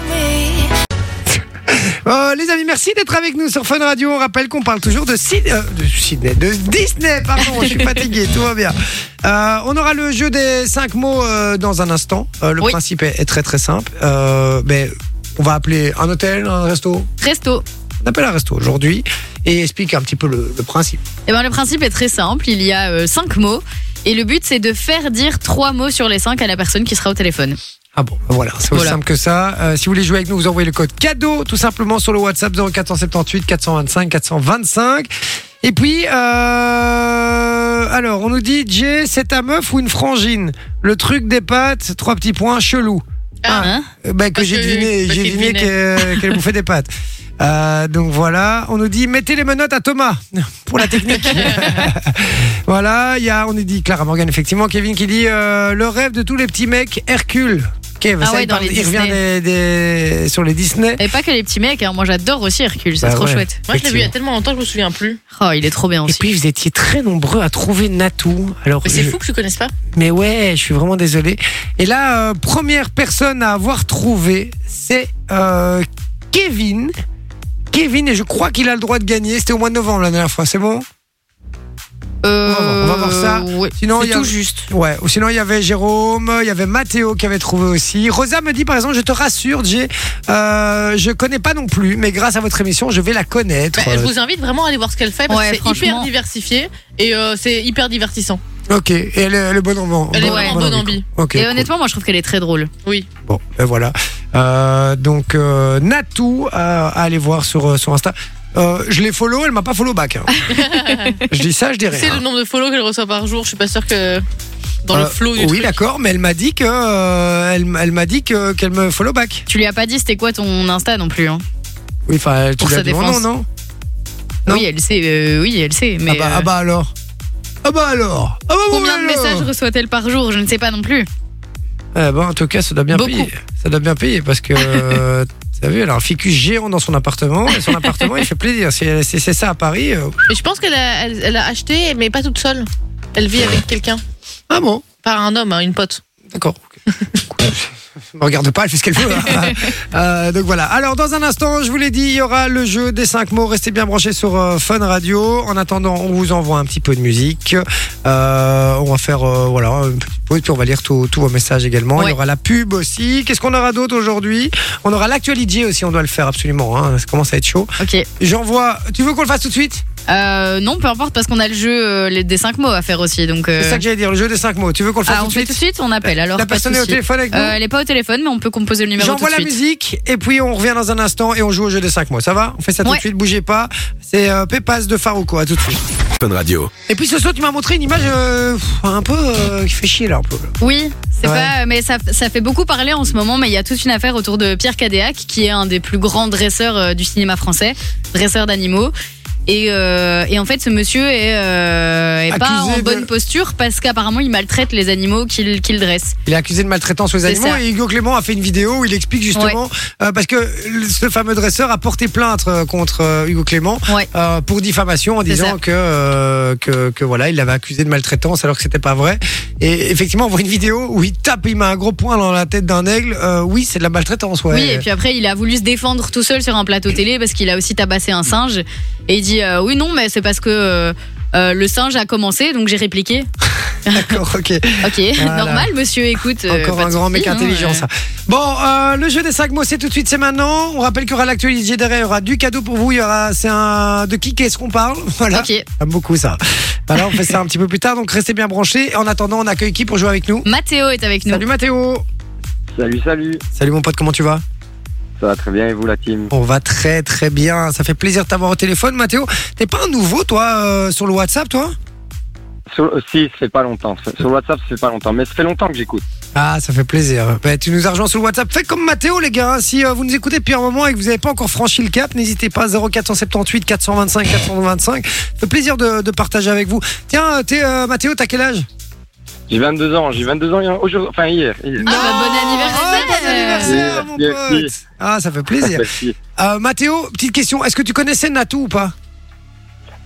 A: Euh, les amis, merci d'être avec nous sur Fun Radio. On rappelle qu'on parle toujours de, Sid- euh, de Sydney, de Disney. Pardon, je suis fatigué, tout va bien. Euh, on aura le jeu des 5 mots euh, dans un instant. Euh, le
D: Oui.
A: principe est, est très très simple. Euh, mais on va appeler un hôtel, un resto,
C: Resto.
A: on appelle un resto aujourd'hui et explique un petit peu le, le principe.
C: Eh ben, le principe est très simple. Il y a 5 mots. Et le but, c'est de faire dire 3 mots sur les 5 à la personne qui sera au téléphone.
A: Ah bon, ben voilà, c'est aussi
C: Voilà.
A: simple que ça. Euh, si vous voulez jouer avec nous, vous envoyez le code cadeau tout simplement sur le WhatsApp 0478 425 425. Et puis, euh, alors, on nous dit, Jay, c'est ta meuf ou une frangine Le truc des pattes, trois petits points, chelou. Ah.
C: Hein
A: Euh, Ben, que
D: Parce
A: j'ai
D: que-
A: deviné,
D: parce
A: j'ai
D: qu'il
A: deviné
D: devinait.
A: qu'elle qu'elle bouffait des
D: *laughs*
A: pâtes. Euh, donc voilà, on nous dit mettez les menottes à Thomas *laughs* pour la
D: *laughs*
A: technique. voilà, il y a, on nous dit Clara Morgan effectivement, Kevin qui dit euh, le rêve de tous les petits mecs Hercule. Kev,
C: Ah
A: ça,
C: ouais,
A: il,
C: dans
A: parle-
C: les
A: il revient des,
C: Disney.
A: des- sur les Disney.
C: Et pas que les petits mecs. hein. Moi, j'adore aussi Hercule. C'est
A: Bah
C: trop
A: ouais.
C: chouette.
D: Moi, je l'ai vu il y a
A: Effectivement.
D: tellement longtemps que je me souviens plus.
C: Oh, il est trop bien
A: Et
C: aussi.
A: puis vous étiez très nombreux à trouver Natou. Alors
D: Mais c'est
A: je-
D: fou que tu connaisses pas.
A: Mais ouais, je suis vraiment désolé. Et là, euh, première personne à avoir trouvé, c'est euh, Kevin. Kevin, et je crois qu'il a le droit de gagner. C'était au mois de novembre la dernière fois, c'est bon
C: Euh,
A: on va voir- on va voir ça.
C: ouais.
A: Sinon,
C: C'est
A: il y a-
C: tout juste.
A: Ouais, ou sinon il y avait Jérôme, il y avait Mathéo qui avait trouvé aussi. Rosa me dit par exemple, je te rassure, Jay, euh, je connais pas non plus, mais grâce à votre émission, je vais la connaître. Euh,
D: Bah, je vous invite vraiment à aller voir ce qu'elle fait parce
C: Ouais,
D: que c'est hyper
C: franchement.
D: diversifié et euh, c'est hyper divertissant.
A: Ok, et elle est, elle est bonne en bon,
D: Elle est
A: bon-
D: vraiment
A: bonne
D: bonne
A: en-
D: en bi.
A: Ok,
C: Et
A: cool.
C: honnêtement, moi, je trouve qu'elle est très drôle.
D: Oui.
A: Bon, ben voilà. Euh, donc, euh, Natou, euh, à aller voir sur, euh, sur Insta. Euh, je l'ai follow, elle m'a pas follow
C: *laughs*
A: back. hein. je dis ça, je dis
D: Tu sais
A: rien.
D: le nombre de follow qu'elle reçoit par jour, je suis pas sûr que dans
A: Euh,
D: le flow du
A: oui,
D: truc.
A: d'accord, mais elle m'a dit que euh, elle, elle m'a dit que qu'elle me follow back.
C: Tu lui as pas dit c'était quoi ton Insta non plus. hein.
A: Oui, enfin, tu
C: Pour
A: l'as
C: sa
A: dit mon nom,
C: défense.
A: non Non.
C: Oui, elle sait. euh, oui, elle sait. Mais
A: ah, bah,
C: euh,
A: ah bah alors. Ah bah alors. Ah bah bon,
C: combien de
A: alors.
C: messages reçoit-elle par jour Je ne sais pas non plus.
A: Eh ben, en tout cas, ça doit bien
C: Beaucoup.
A: payer. Ça doit bien payer parce que.
C: *laughs*
A: euh, T'as vu, elle a un ficus géant dans son appartement et son appartement il fait plaisir. Si elle- si c'est ça à Paris. euh,
D: Mais je pense qu'elle a, elle, elle a acheté, mais pas toute seule. Elle vit avec quelqu'un,
A: Ah bon
D: par un homme, hein, une pote.
A: D'accord.
C: *laughs*
A: ok. Me regarde pas, elle fait ce qu'elle veut. hein. Euh, donc voilà. Alors dans un instant, je vous l'ai dit, il y aura le jeu des 5 mots. Restez bien branchés sur euh, Fun Radio. En attendant, on vous envoie un petit peu de musique. Euh, on va faire euh, voilà une petite pause, puis on va lire tous tous vos messages également. Il y
C: Ouais.
A: aura la pub aussi. Qu'est-ce qu'on aura d'autre aujourd'hui On aura l'actualité aussi. On doit le faire absolument. hein. Ça commence à être chaud.
C: Ok.
A: J'envoie. Tu veux qu'on le fasse tout de suite
C: Euh, non, peu importe, parce qu'on a le jeu euh, les- des 5 mots à faire aussi. Donc, euh,
A: C'est ça que j'allais dire, le jeu des 5 mots. Tu veux qu'on le fasse
C: ah,
A: tout
C: on
A: de
C: fait
A: suite
C: tout de suite, on appelle. Alors,
A: La
C: pas de
A: personne est au
C: souci.
A: téléphone avec nous
C: Euh, Elle est pas au téléphone, mais on peut composer le numéro tout
A: J'envoie
C: de
A: la
C: suite.
A: musique et puis on revient dans un instant et on joue au jeu des 5 mots. Ça va On fait ça tout
C: Ouais.
A: de suite, bougez pas. C'est euh, Pépas de Farouko, à tout de suite.
B: Fun Radio.
A: Et puis ce soir, tu m'as montré une image euh, pff, un peu euh, qui fait chier là un peu.
C: Oui, c'est
A: Ouais.
C: pas. Mais ça, ça fait beaucoup parler en ce moment, mais il y a toute une affaire autour de Pierre Cadéac, qui est un des plus grands dresseurs euh, du cinéma français, dresseur d'animaux. Et, euh, et en fait, ce monsieur est, euh, est pas
A: Accusé
C: en
A: de-
C: bonne posture parce qu'apparemment, il maltraite les animaux qu'il qu'il dresse.
A: Il est accusé de maltraitance aux
C: C'est
A: animaux
C: ça.
A: et Hugo Clément a fait une vidéo où il explique justement euh, parce que le- ce fameux dresseur a porté plainte euh, contre euh, Hugo Clément
C: Ouais.
A: euh, pour diffamation en
C: C'est
A: disant
C: ça.
A: que, euh, que que voilà il l'avait accusé de maltraitance alors que c'était pas vrai et effectivement on voit une vidéo où il tape il met un gros poing dans la tête d'un aigle Euh, oui c'est de la maltraitance ouais
C: Oui, et puis après, il a voulu se défendre tout seul sur un plateau télé parce qu'il a aussi tabassé un singe. Et il dit euh, Oui, non, mais c'est parce que euh, euh, le singe a commencé, donc j'ai répliqué.
A: d'accord ok
C: Ok, *laughs*
A: Voilà.
C: normal, monsieur, écoute. euh,
A: Encore
C: pas
A: un
C: de
A: grand
C: souci,
A: mec
C: hein,
A: intelligent,
C: euh.
A: ça. Bon, euh, le jeu des 5 mots, c'est tout de suite, c'est maintenant. On rappelle qu'il y aura l'actualité derrière, il y aura du cadeau pour vous, il y aura, c'est un, de qui qu'est-ce qu'on parle? *laughs* Voilà.
C: Ok,
A: J'aime beaucoup ça. Voilà, on fait ça un petit peu plus tard, donc restez bien branchés. En attendant, on accueille qui pour jouer avec nous?
C: Mathéo est avec nous.
A: Salut Mathéo!
F: Salut, salut.
A: Salut mon pote, comment tu vas?
F: Ça va très bien et vous la team
A: On va très très bien, ça fait plaisir de t'avoir au téléphone Mathéo. T'es pas un nouveau toi euh, sur le WhatsApp toi
F: Sur- euh, Si, ça fait pas longtemps. Sur sur WhatsApp, ça fait pas longtemps. Mais ça fait longtemps que j'écoute.
A: Ah, ça fait plaisir. Bah, tu nous as rejoint sur le WhatsApp. Faites comme Mathéo, les gars. hein. Si euh, vous nous écoutez depuis un moment et que vous n'avez pas encore franchi le cap, n'hésitez pas. 0478 425 425. Ça fait plaisir de, de partager avec vous. Tiens, euh, t'es, euh, Mathéo, t'as quel âge
F: J'ai 22 ans. J'ai 22 ans hier- aujourd'hui. Enfin, hier. hier.
C: Ah, bah, bon
A: Ah,
C: anniversaire.
A: bon anniversaire, mon
F: Merci. bah.
A: pote Ah, ça fait plaisir.
F: *laughs* Merci.
A: Euh, Mathéo, petite question. Est-ce que tu connaissais Natou ou pas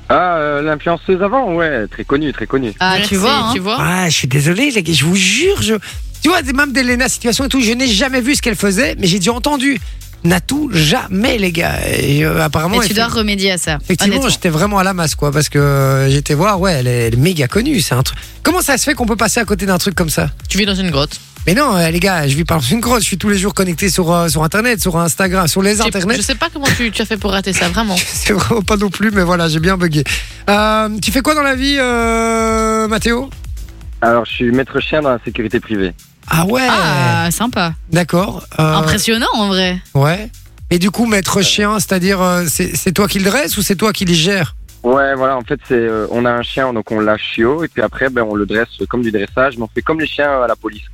F: Ah, euh, l'influenceuse avant Ouais, très connue, très connue.
C: Ah,
D: Merci,
C: tu vois, hein.
D: tu vois.
A: Ah, je suis désolé, les gars. Je vous jure, je... Tu vois, même d'Elena Situation et tout, je n'ai jamais vu ce qu'elle faisait, mais j'ai déjà entendu. Natou, jamais, les gars. Et, euh, apparemment,
C: et tu
A: elle
C: dois
A: fait-
C: remédier à ça.
A: Effectivement,
C: honnêtement.
A: j'étais vraiment à la masse, quoi, parce que euh, j'étais voir, ouais, elle est, elle est méga connue, c'est un truc. Comment ça se fait qu'on peut passer à côté d'un truc comme ça
D: Tu vis dans une grotte.
A: Mais non, euh, les gars, je vis pas dans une grotte, je suis tous les jours connecté sur, euh, sur Internet, sur Instagram, sur les
D: J'ai-
A: Internets.
D: Je sais pas comment tu, tu as fait pour rater ça, vraiment.
A: *laughs* C'est vraiment pas non plus, mais voilà, j'ai bien bugué. Euh, tu fais quoi dans la vie, euh, Mathéo
F: Alors, je suis maître chien dans la sécurité privée.
A: Ah ouais,
C: Ah, sympa.
A: d'accord. euh,
C: Impressionnant en vrai.
A: ouais. Et du coup, maître chien, c'est-à-dire, euh, c'est c'est toi qui le dresse ou c'est toi qui les gère
F: Ouais, voilà. En fait, c'est euh, on a un chien, donc on l'a chiot. Et puis après, ben, on le dresse comme du dressage. Mais on fait comme les chiens euh, à la police.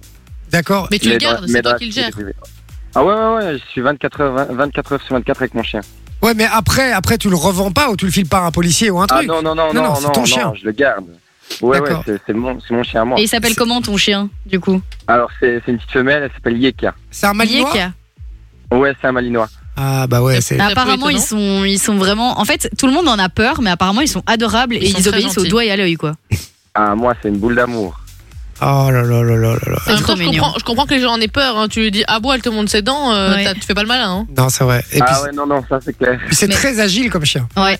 A: D'accord.
D: Mais tu le
F: Mais dans-
D: gardes,
F: mais
D: c'est
F: dans
D: toi
F: la
D: qui le gères.
F: sécurité privée. Ah ouais, ouais, ouais. Je suis 24 heures, 20 24 heures sur 24 avec mon chien.
A: Ouais, mais après, après, tu le revends pas ou tu le files pas à un policier ou un
F: Ah
A: truc
F: non, non, non,
A: Non,
F: non,
A: non,
F: non,
A: c'est ton chien.
F: je le garde. Ouais, ouais,
A: D'accord.
F: c'est- c'est mon, c'est mon chien à moi.
C: Et il s'appelle comment ton chien, du coup
F: Alors, c'est c'est une petite femelle, elle s'appelle Yeka.
A: C'est un malinois
C: Yeka.
F: Ouais, c'est un malinois.
A: Ah bah ouais, c'est.
D: Très peu
C: Apparemment, ils
D: étonnant.
C: sont, ils sont vraiment. En fait, tout le monde en a peur, mais apparemment, ils sont adorables et
D: Ils sont
C: ils
D: très
C: obéissent au
D: gentils.
C: doigt et à l'œil, quoi.
F: Ah, moi, c'est une boule d'amour.
A: Oh là là là là là là.
D: En même
C: trop
D: temps, je
C: mignon.
D: comprends, je comprends que les gens en aient peur. hein. Tu lui dis, ah bon, elle te montre ses dents, euh,
C: Ouais.
D: t'as- tu fais pas le malin. hein.
A: Non, c'est vrai. Et puis,
F: Ah ouais, non, non, ça c'est clair.
A: c'est- c'est
C: Mais-
A: très agile comme chien.
C: Ouais.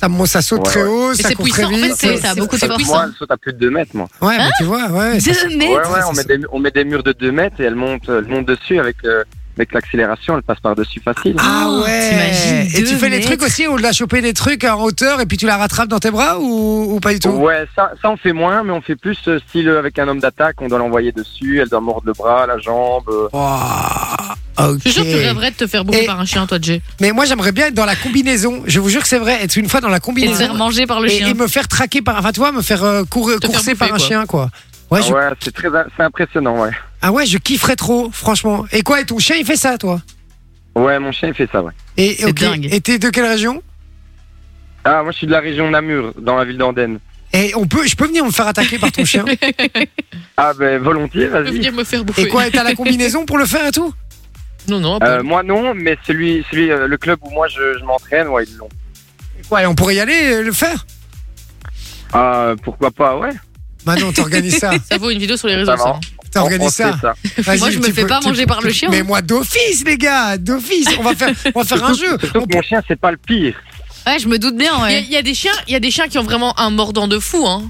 A: Ça, monte- ça saute
F: Ouais,
A: très
F: ouais.
A: haut,
D: Et
A: ça
D: c'est
A: court très
D: puissant, en
A: vite.
D: fait, c'est-
C: ouais,
D: ça a
C: c'est-
D: beaucoup de
C: ça-
D: puissance.
F: Moi,
D: *laughs*
F: elle saute à plus de 2 mètres, moi.
A: Ouais, mais tu vois, ouais. ça-
C: Deux
F: Ouais,
C: mètres
F: ouais,
A: ça
F: on met,
A: saute.
F: des, on met des murs de 2 mètres et elle monte, elle monte dessus avec, euh, avec l'accélération, elle passe par-dessus facile.
A: Ah
C: Oh,
A: ouais.
C: t'imagines
A: Et tu
C: deux
A: fais les
C: mètres.
A: trucs aussi ou de la choper des trucs en hauteur et puis tu la rattrapes dans tes bras ou, ou pas du tout
F: Ouais, ça, ça on fait moins, mais on fait plus euh, style euh, avec un homme d'attaque, on doit l'envoyer dessus, elle doit mordre le bras, la jambe. euh.
A: Wow, ok.
D: Je suis sûr que tu rêverais de te faire bouffer
A: Et-
D: par un chien, toi, Jay.
A: Mais moi j'aimerais bien être dans la combinaison. Je vous jure que c'est vrai, être une fois dans la
C: Et se
A: combinaison
C: faire manger par le
A: et,
C: chien.
A: et me faire traquer par, enfin tu vois, me faire euh, courir-
D: Te faire
A: courser par
D: bouffer,
A: un
D: quoi.
A: chien quoi. Ouais,
F: Ah
A: je-
F: ouais, c'est très, c'est impressionnant, ouais.
A: ah ouais, je kifferais trop, franchement. Et quoi, et ton chien il fait ça toi
F: Ouais, mon chien il fait ça, ouais.
A: Et ok.
C: dingue.
A: Et t'es de quelle région
F: Ah, moi je suis de la région Namur, dans la ville d'Andenne.
A: Et on peut, je peux venir me faire attaquer par ton chien.
F: Ah ben volontiers,
D: Tu peux
F: vas-y.
D: venir me faire bouffer.
A: Et quoi, et t'as la combinaison pour le faire et tout
D: Non, non, pas.
F: Euh, moi non, mais celui, celui, euh, le club où moi je, je m'entraîne, ouais, ils l'ont.
A: Et quoi, et on pourrait y aller et le faire
F: Ah, pourquoi pas, ouais.
A: Maintenant, Bah t'organises ça.
D: Ça vaut une vidéo sur les réseaux,
F: Ça
D: ça.
F: va.
A: T'organises
F: On- on
A: ça.
F: fait ça.
A: Vas-y,
C: Moi, je me
A: tu
C: fais pas
A: tu-
C: manger par le chien.
A: Mais moi, d'office, les gars, d'office. On va faire, on va faire un jeu.
F: Surtout
A: On
F: que mon chien, c'est pas le pire.
C: Ouais, je me doute bien,
D: hein. Il y a-
C: ouais.
D: il y, a des chiens, il y a des chiens qui ont vraiment un mordant de fou, hein.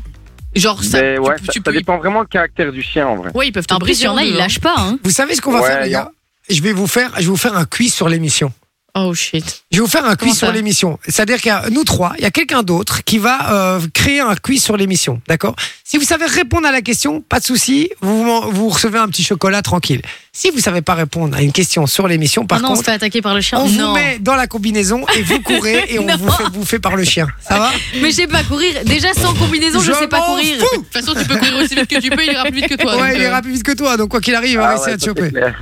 D: Genre ça.
F: mais
D: tu-
F: ouais,
D: tu
F: ça, ça
D: peux-
F: dépend vraiment le caractère du chien en vrai.
D: Ouais, ils peuvent te
C: En
D: briser.
C: plus, il y en a,
D: deux,
C: ils
D: hein.
C: lâchent pas, hein.
A: Vous savez ce qu'on va
F: Ouais,
A: faire, les
F: y a-
A: gars Je vais vous faire, je vais vous faire un quiz sur l'émission.
D: Oh shit.
A: Je vais vous faire un
D: Comment
A: quiz sur
D: ça
A: l'émission. C'est-à-dire qu'il y a nous trois, il y a quelqu'un d'autre qui va euh, créer un quiz sur l'émission, d'accord Si vous savez répondre à la question, pas de souci, vous, vous recevez un petit chocolat tranquille. Si vous savez pas répondre à une question sur l'émission, par
C: Oh non, on se
A: contre,
C: fait attaquer par le chien.
A: on
C: non.
A: vous met dans la combinaison et vous courez et
C: *laughs*
A: on
C: Non.
A: vous fait bouffer par le chien. Ça va
C: Mais je sais pas courir. Déjà sans combinaison, je, sais pas
A: m'en
C: courir.
A: fous
D: De toute façon, tu peux courir aussi vite que tu peux, il ira plus vite que toi.
A: Ouais,
D: donc,
A: il
D: euh,
A: est rapide que toi, donc quoi qu'il arrive, il va
F: Ah
A: essayer
F: ouais,
A: de
F: ça, c'est
A: choper.
F: clair.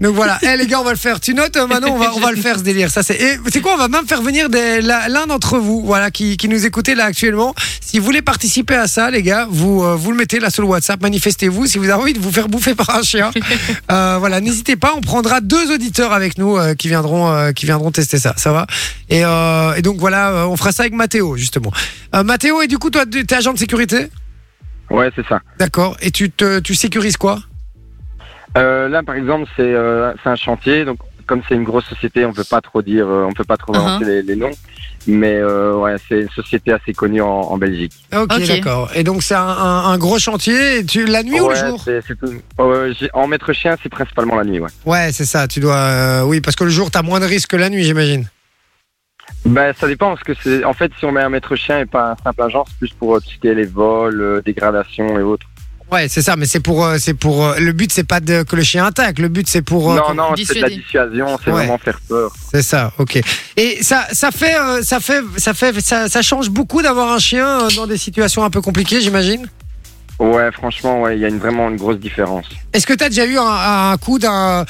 A: Donc voilà, Eh les gars, on va le faire. Tu notes euh, Manon, on va, on va le faire ce délire. Ça c'est. Et c'est quoi On va même faire venir des- la- l'un d'entre vous, voilà, qui, qui nous écoutez là actuellement. Si vous voulez participer à ça, les gars, vous euh, vous le mettez là sur le WhatsApp. Manifestez-vous si vous avez envie de vous faire bouffer par un chien. Euh, voilà, n'hésitez pas. On prendra deux auditeurs avec nous euh, qui viendront euh, qui viendront tester ça. Ça va et, euh, et donc voilà, euh, on fera ça avec Mathéo justement. Euh, Mathéo, et du coup, toi, tu- t'es agent de sécurité,
F: Ouais, c'est ça.
A: d'accord Et tu te tu sécurises quoi
F: Euh, là, par exemple, c'est euh, c'est un chantier. Donc, comme c'est une grosse société, on peut pas trop dire, euh, on peut pas trop
C: Uh-huh.
F: avancer les, les noms. Mais euh, ouais, c'est une société assez connue en, en Belgique.
A: Ok,
D: Ok.
A: d'accord. Et donc c'est un, un- un gros chantier. Et tu la nuit ou
F: ouais,
A: le jour
F: c'est- c'est tout. Euh, j'ai- en maître chien, c'est principalement la nuit, ouais.
A: Ouais, c'est ça. Tu dois, euh, oui, parce que le jour t'as moins de risques que la nuit, j'imagine.
F: Ben, ça dépend, parce que c'est, en fait, si on met un maître chien et pas un simple agent, c'est plus pour euh, tout ce qui est les vols, euh, dégradations et autres.
A: Ouais, c'est ça. Mais c'est pour, euh, c'est pour. euh, le but c'est pas de, que le chien attaque. Le but c'est pour. euh,
F: non, non, c'est de la
D: dissuader.
F: dissuasion, c'est
A: Ouais.
F: vraiment faire peur.
A: C'est ça. Ok. Et ça, ça fait, euh, ça fait, ça fait, ça, ça change beaucoup d'avoir un chien euh, dans des situations un peu compliquées, j'imagine.
F: Ouais, franchement, ouais, il y a une, vraiment une grosse différence.
A: Est-ce que t'as déjà eu un, un coup d'un,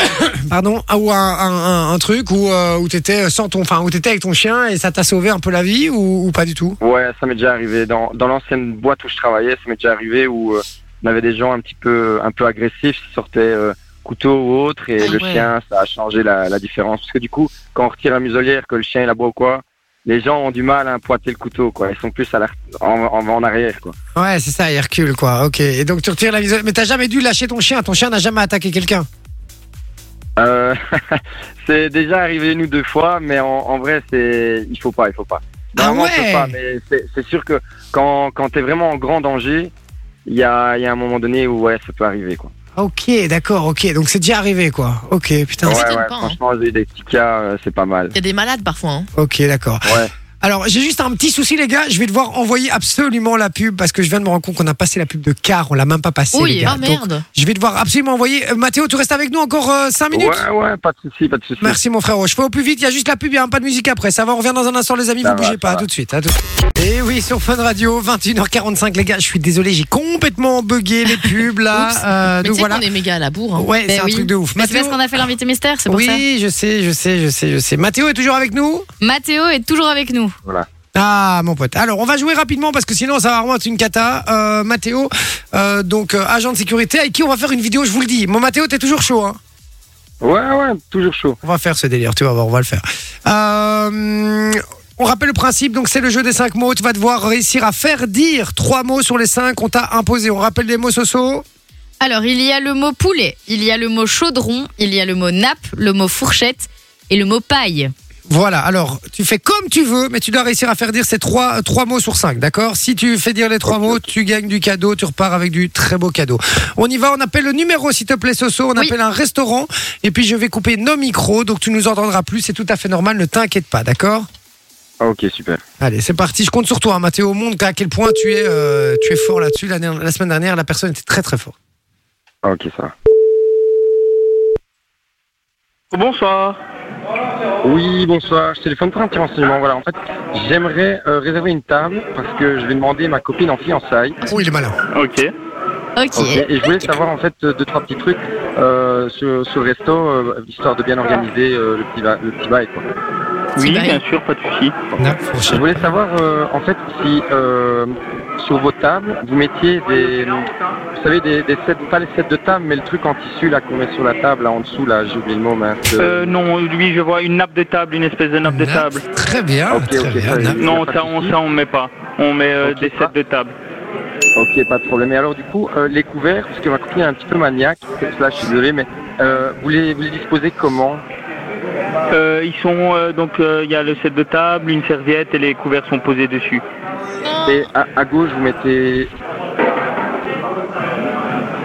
A: *coughs* pardon, ou un, un- un- un truc où euh, où t'étais sans ton, enfin où t'étais avec ton chien et ça t'a sauvé un peu la vie ou, ou pas du tout
F: Ouais, ça m'est déjà arrivé. Dans, dans l'ancienne boîte où je travaillais, ça m'est déjà arrivé où euh, on avait des gens un petit peu, un peu agressifs, qui sortaient euh, couteau ou autre, et
D: Ah
F: le
D: ouais.
F: chien, ça a changé la, la différence. Parce que du coup, quand on retire la muselière, que le chien est là-bas ou quoi, les gens ont du mal à pointer le couteau, quoi. Ils sont plus à la, en, en, en arrière, quoi.
A: Ouais, c'est ça. Il recule quoi. Ok. Et donc tu retires la mise. Mais t'as jamais dû lâcher ton chien. Ton chien n'a jamais attaqué quelqu'un.
F: Euh, *laughs* c'est déjà arrivé une ou deux fois, mais en, en vrai, c'est il faut pas, il faut pas.
A: Ah
F: Normalement, on
A: ouais
F: peut pas, mais c'est- c'est sûr que quand, quand t'es vraiment en grand danger, il y a, il y a un moment donné où ouais, ça peut arriver, quoi.
A: Ok, d'accord, ok. Donc c'est déjà arrivé, quoi. Ok, putain.
D: Ouais.
F: ouais,
D: m'étonne
F: ouais,
D: pas, hein.
F: franchement, j'ai eu des petits cas, euh, c'est pas mal.
D: Il y a des malades parfois. hein.
A: Ok, d'accord.
F: Ouais.
A: Alors, j'ai juste un petit souci, les gars. Je vais devoir envoyer absolument la pub parce que je viens de me rendre compte qu'on a passé la pub de car. On l'a même pas passée, les
D: Oui,
C: oh,
A: gars.
D: ah
A: Donc,
D: merde.
A: je vais devoir absolument envoyer. Euh, Mathéo, tu restes avec nous encore 5 minutes
F: Ouais, ouais, pas de souci, pas de souci.
A: Merci, mon frère. Je fais au plus vite. Il y a juste la pub. Il n'y a pas de musique après. Ça va, on revient dans un instant, les amis.
F: Ça
A: vous
F: va,
A: bougez
F: ça
A: pas. À
F: va.
A: tout de suite. À tout de suite. Et oui, sur Fun Radio, 21h45, les gars. Je suis désolé. J'ai complètement bugué les pubs, là.
D: Oups.
A: Euh,
D: Mais
A: donc
D: tu sais
A: voilà.
D: qu'on est méga à la bourre. hein.
A: Ouais,
C: Ben
A: c'est un
C: oui.
A: truc de ouf.
C: Mais c'est parce
A: Mathéo,
C: qu'on a fait l'invité mystère, c'est pour
A: oui,
C: ça.
A: je sais, je sais, je sais, je sais. Mathéo est toujours avec nous
C: Mathéo est toujours avec nous.
A: Ah, mon pote. Alors, on va jouer rapidement parce que sinon, ça va vraiment être une cata. Euh, Mathéo, euh, donc euh, agent de sécurité, avec qui on va faire une vidéo, je vous le dis. Mon Mathéo, t'es toujours chaud, hein
F: Ouais, ouais, toujours chaud.
A: On va faire ce délire, tu vas voir, on va le faire. Euh, on rappelle le principe, donc c'est le jeu des cinq mots. Tu vas devoir réussir à faire dire trois mots sur les cinq qu'on t'a imposés. On rappelle les mots, Soso
C: Alors, il y a le mot poulet, il y a le mot chaudron, il y a le mot nappe, le mot fourchette et le mot paille.
A: Voilà, alors tu fais comme tu veux, mais tu dois réussir à faire dire ces trois, euh, trois mots sur cinq, d'accord Si tu fais dire les trois mots, tu gagnes du cadeau, tu repars avec du très beau cadeau. On y va, on appelle le numéro, s'il te plaît, Soso, on
C: Oui.
A: appelle un restaurant, et puis je vais couper nos micros, donc tu nous entendras plus, c'est tout à fait normal, ne t'inquiète pas, d'accord
F: Ah, Ok, super.
A: Allez, c'est parti, je compte sur toi, hein, Mathéo, montre à quel point tu es, euh, tu es fort là-dessus. La, dernière- la semaine dernière, la personne était très très forte.
F: Ok, ça va.
G: Bonsoir.
F: Oui, bonsoir. Je téléphone pour un petit renseignement. Voilà, en fait, j'aimerais euh, réserver une table parce que je vais demander ma copine en fiançailles.
A: Oh, il est malin.
G: Ok.
C: Ok.
F: Ok, Et je voulais savoir en fait euh, deux trois petits trucs euh, sur, sur le resto, euh, histoire de bien organiser euh, le petit va- le petit bail. Quoi.
G: Oui,
D: bien.
G: bien sûr, pas de souci.
A: Non, faut
F: Je
A: chier.
F: voulais savoir euh, en fait si euh, sur vos tables vous mettiez des, vous savez des, des sets, pas les sets de table, mais le truc en tissu là qu'on met sur la table là en dessous là, j'ai oublié le mot mais.
G: Euh, non, lui, je vois une nappe de table, une espèce de nappe de table.
A: Très bien,
F: Ok,
A: très
F: ok,
A: bien. non.
F: ça, il y a
G: Non,
F: pas de
G: ça, on,
F: souci.
G: ça, on met pas. On met euh,
F: Ok,
G: des
F: ça.
G: sets de table.
F: Ok, pas de problème. Et alors du coup, euh, les couverts, parce que ma copine est un petit peu maniaque, c'est pour cela je suis désolé, mais euh, vous les vous les disposez comment
G: Euh, ils sont euh, donc euh, il y a le set de table, une serviette et les couverts sont posés dessus.
F: Et à, à gauche, vous mettez.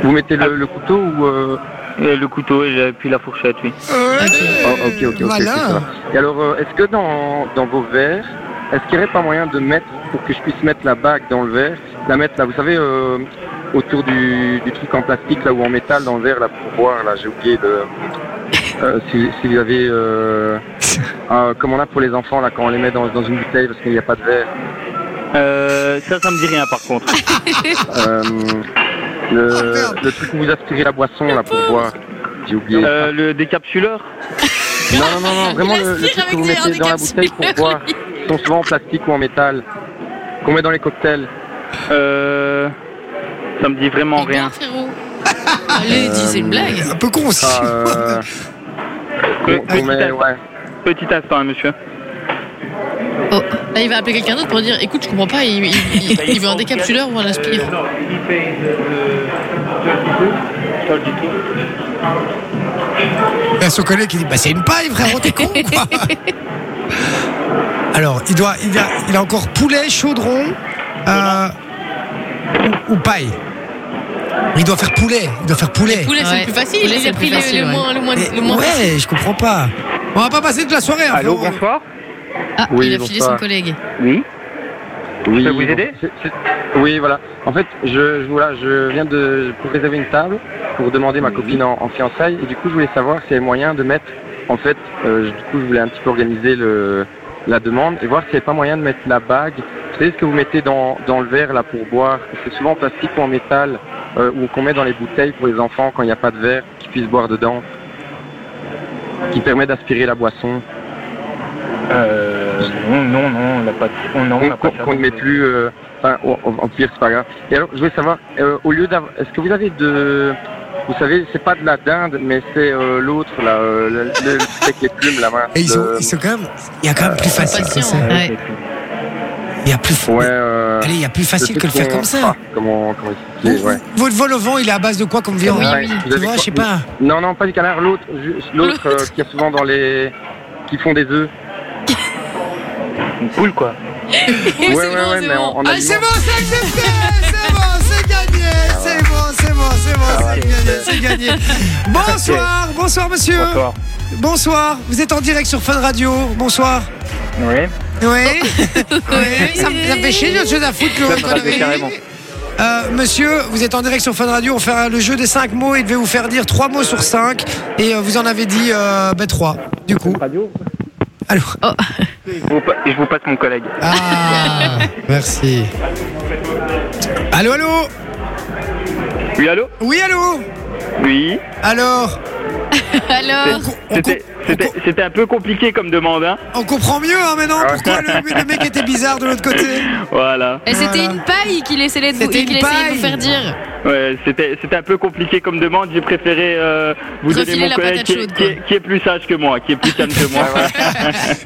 F: Vous mettez le, le couteau ou. euh,
G: Euh, le couteau et puis la fourchette, oui.
F: Oh, ok, ok, ok.
A: Malin.
F: c'est ça. Et alors, euh, est-ce que dans, dans vos verres, est-ce qu'il n'y aurait pas moyen de mettre, pour que je puisse mettre la bague dans le verre, la mettre là, vous savez, euh, autour du, du truc en plastique là ou en métal dans le verre là pour boire là, j'ai oublié de. euh, si, si vous avez euh, un- comme on a pour les enfants là quand on les met dans, dans une bouteille parce qu'il n'y a pas de verre.
G: Euh, ça, ça me dit rien par contre.
F: euh, le,
A: Oh, merde.
F: le truc où vous aspirez la boisson là pour boire. J'ai oublié.
G: Euh, le décapsuleur
F: Non, non, non,
D: *laughs*
F: non, vraiment le, le
D: aspire avec
F: truc que vous
D: des- un
F: mettez dans la bouteille pour boire. Ils sont souvent en plastique ou en métal. Qu'on met dans les cocktails.
G: euh, Ça me dit
C: Eh
G: vraiment rien.
A: *laughs*
D: frérot. Allez, dis, c'est une blague.
A: Un peu con aussi.
F: Ah, euh, qu'on- qu'on met, ouais.
G: Petit instant, hein, monsieur.
D: Oh. Là, il va appeler quelqu'un d'autre pour dire écoute, je comprends pas, il,
F: *laughs*
D: il- il- il veut un décapsuleur ou un aspire.
G: non, il fait de... du tout.
A: Il y a son collègue qui dit bah, C'est une paille, frérot, t'es con,
F: *laughs*
A: quoi. Alors, il, doit, il, a, il a encore poulet, chaudron euh, ou, ou paille. Il doit faire poulet. Il doit faire poulet.
D: Poulet, c'est
C: Ouais.
D: le plus facile.
C: Poulet,
D: il
C: c'est
D: a
C: le
D: pris
C: plus
D: le,
C: facile,
D: le
C: ouais.
D: moins, le moins,
A: Mais-
D: le moins facile.
A: ouais, je comprends pas. On va pas passer de la soirée. hein,
G: Allô,
A: frérot.
G: bonsoir
C: Ah,
F: Oui,
C: il a filé
F: bonsoir.
C: son collègue.
G: Oui
F: Oui,
G: peux vous
F: bon,
G: aider
F: c'est- c'est- Oui, voilà. En fait, je, je- voilà, je viens de pour réserver une table pour demander
G: Mhm.
F: ma copine en, en fiançailles. Et du coup, je voulais savoir s'il y avait moyen de mettre. En fait, euh, je- du coup, je voulais un petit peu organiser le, la demande et voir s'il n'y avait pas moyen de mettre la bague. Vous savez ce que vous mettez dans, dans le verre là pour boire C'est souvent en plastique ou en métal euh, ou qu'on met dans les bouteilles pour les enfants quand il n'y a pas de verre qu'ils puissent boire dedans, qui permet d'aspirer la boisson.
G: Euh, non, non, non, on n'a pas, on, non, on
F: qu'on
G: n'a pas
F: qu'on-
G: ça.
F: qu'on ne met plus. euh, Enfin, au- au- au pire, c'est pas grave. Et alors, je voulais savoir, euh, au lieu d'avoir. Est-ce que vous avez de. Vous savez, c'est pas de la dinde, mais c'est euh, l'autre, là, euh, le, le- le truc avec les plumes, la main.
A: Et ils, ont, ils sont quand même. Il y a quand même plus facile que
D: patient,
A: ça.
D: hein.
C: Ouais.
A: Il y a plus.
F: Ouais, euh,
A: Allez, il y a plus
F: le
A: facile
F: truc
A: que le faire
F: qu'on-
A: comme
F: Ah,
A: ça.
F: comment comment expliquer, ouais.
A: Votre vol au vent, il est à base de quoi comme viande
C: Oui,
F: Ouais,
C: oui.
F: vous
A: Tu
F: avez
A: vois,
F: quoi-
A: je sais pas.
F: Non, non, pas du canard, l'autre, ju- l'autre euh, qui est souvent dans les. qui font des œufs.
G: Une poule, quoi.
F: ouais,
D: c'est
F: ouais,
D: bon,
F: ouais,
D: c'est bon.
F: mais
D: Ah,
F: en, en
A: Allez,
F: aliment.
A: c'est bon, c'est accepté, c'est bon, c'est gagné, c'est bon, c'est bon, c'est bon, c'est gagné, c'est *laughs* gagné. Bonsoir, bonsoir monsieur.
G: Bonsoir.
A: Bonsoir, vous êtes en direct sur Fun Radio, bonsoir.
G: Oui.
A: Oui, *laughs* oui, ça me ça me fait chier, j'ai autre chose à foutre que
G: Ça me
A: qu'on
G: rappelle
A: avait dit.
G: carrément.
A: Euh, monsieur, vous êtes en direct sur Fun Radio, on fait le jeu des 5 mots et devait vous faire dire 3 mots sur 5 et euh, vous en avez dit euh, ben, 3 du coup.
G: Radio
A: Allô
G: je vous, pa- je vous passe mon collègue.
D: Oh.
A: Ah, merci. Allô, allô
G: Oui, allô
A: Oui, allô
G: Oui.
A: Alors
C: Alors,
A: On,
G: C'était-
A: com-
G: C'était c'était un peu compliqué comme demande, hein
A: on comprend mieux hein, maintenant pourquoi le, le mec était bizarre de l'autre côté.
G: Voilà.
C: et c'était
A: Voilà.
C: une paille qu'il essayait de vous,
A: C'était
C: qu'il
A: une
C: essayait de
A: paille.
C: vous faire dire.
G: Ouais, c'était c'était un peu compliqué comme demande. J'ai préféré euh, vous
D: Refiler
G: donner mon
D: la
G: collègue
D: patate
G: qui, est-
D: chaude,
G: qui est, qui est plus sage que moi, qui est plus calme que
F: *laughs*
G: moi.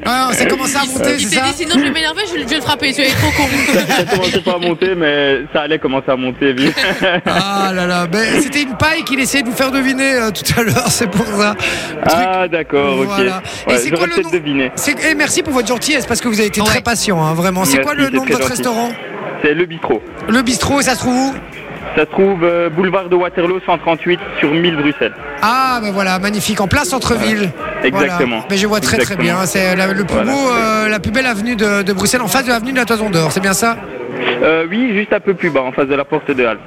A: Ah, on s'est commencé à monter,
D: Il
A: c'est
D: s'est
A: ça
D: dit sinon je vais m'énerver, je, vais- je vais le frapper, tu es trop con.
A: *laughs*
G: ça commençait pas à monter, mais ça allait commencer à monter vite.
A: Ah là là, ben, c'était une paille qu'il essayait de vous faire deviner euh, tout à l'heure, *laughs* c'est pour ça.
G: ah, d'accord, ok.
A: Voilà. Et
G: Ouais,
A: c'est quoi
G: J'aurais
A: le
G: peut-être
A: nom
G: deviné.
A: C'est- eh, merci pour votre gentillesse parce que vous avez été très patient, hein, vraiment. C'est
G: Merci,
A: quoi le nom de
G: c'est
A: votre
G: très gentil.
A: restaurant
G: C'est le bistrot.
A: Le bistrot, ça se trouve où
G: Ça se trouve euh, boulevard de Waterloo 138 sur 1000 Bruxelles.
A: Ah ben voilà, magnifique, en plein centre-ville.
G: Exactement.
A: Voilà. Mais je vois très très
G: Exactement.
A: bien. hein, C'est la, le plus
G: Voilà.
A: beau, euh, la plus belle avenue de, de Bruxelles, en face de l'avenue de la Toison d'Or. C'est bien ça
G: Euh, oui, juste un peu plus bas, en face de la porte de Halle.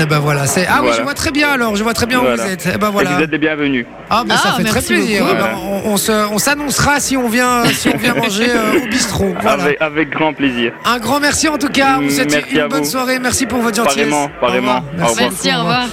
A: Eh ben voilà. C'est ah oui,
G: Voilà.
A: je vois très bien alors. Je vois très bien où
G: Voilà.
A: vous êtes. Eh ben
G: Et
A: voilà.
G: vous êtes les bienvenus.
A: Ah ben ça
D: Ah,
A: fait très
D: merci
A: plaisir.
D: beaucoup.
A: Eh ben, on, on se- on s'annoncera si on vient, euh, si on vient manger euh, au bistrot. Voilà.
G: Avec, avec grand plaisir.
A: Un grand merci en tout cas. On vous souhaite
G: Mm, Merci
A: une
G: à
A: bonne
G: vous.
A: soirée. Merci pour votre gentillesse.
G: Pareillement, pareillement.
A: Au revoir.
G: Au revoir.
A: beaucoup,
C: Merci, au revoir.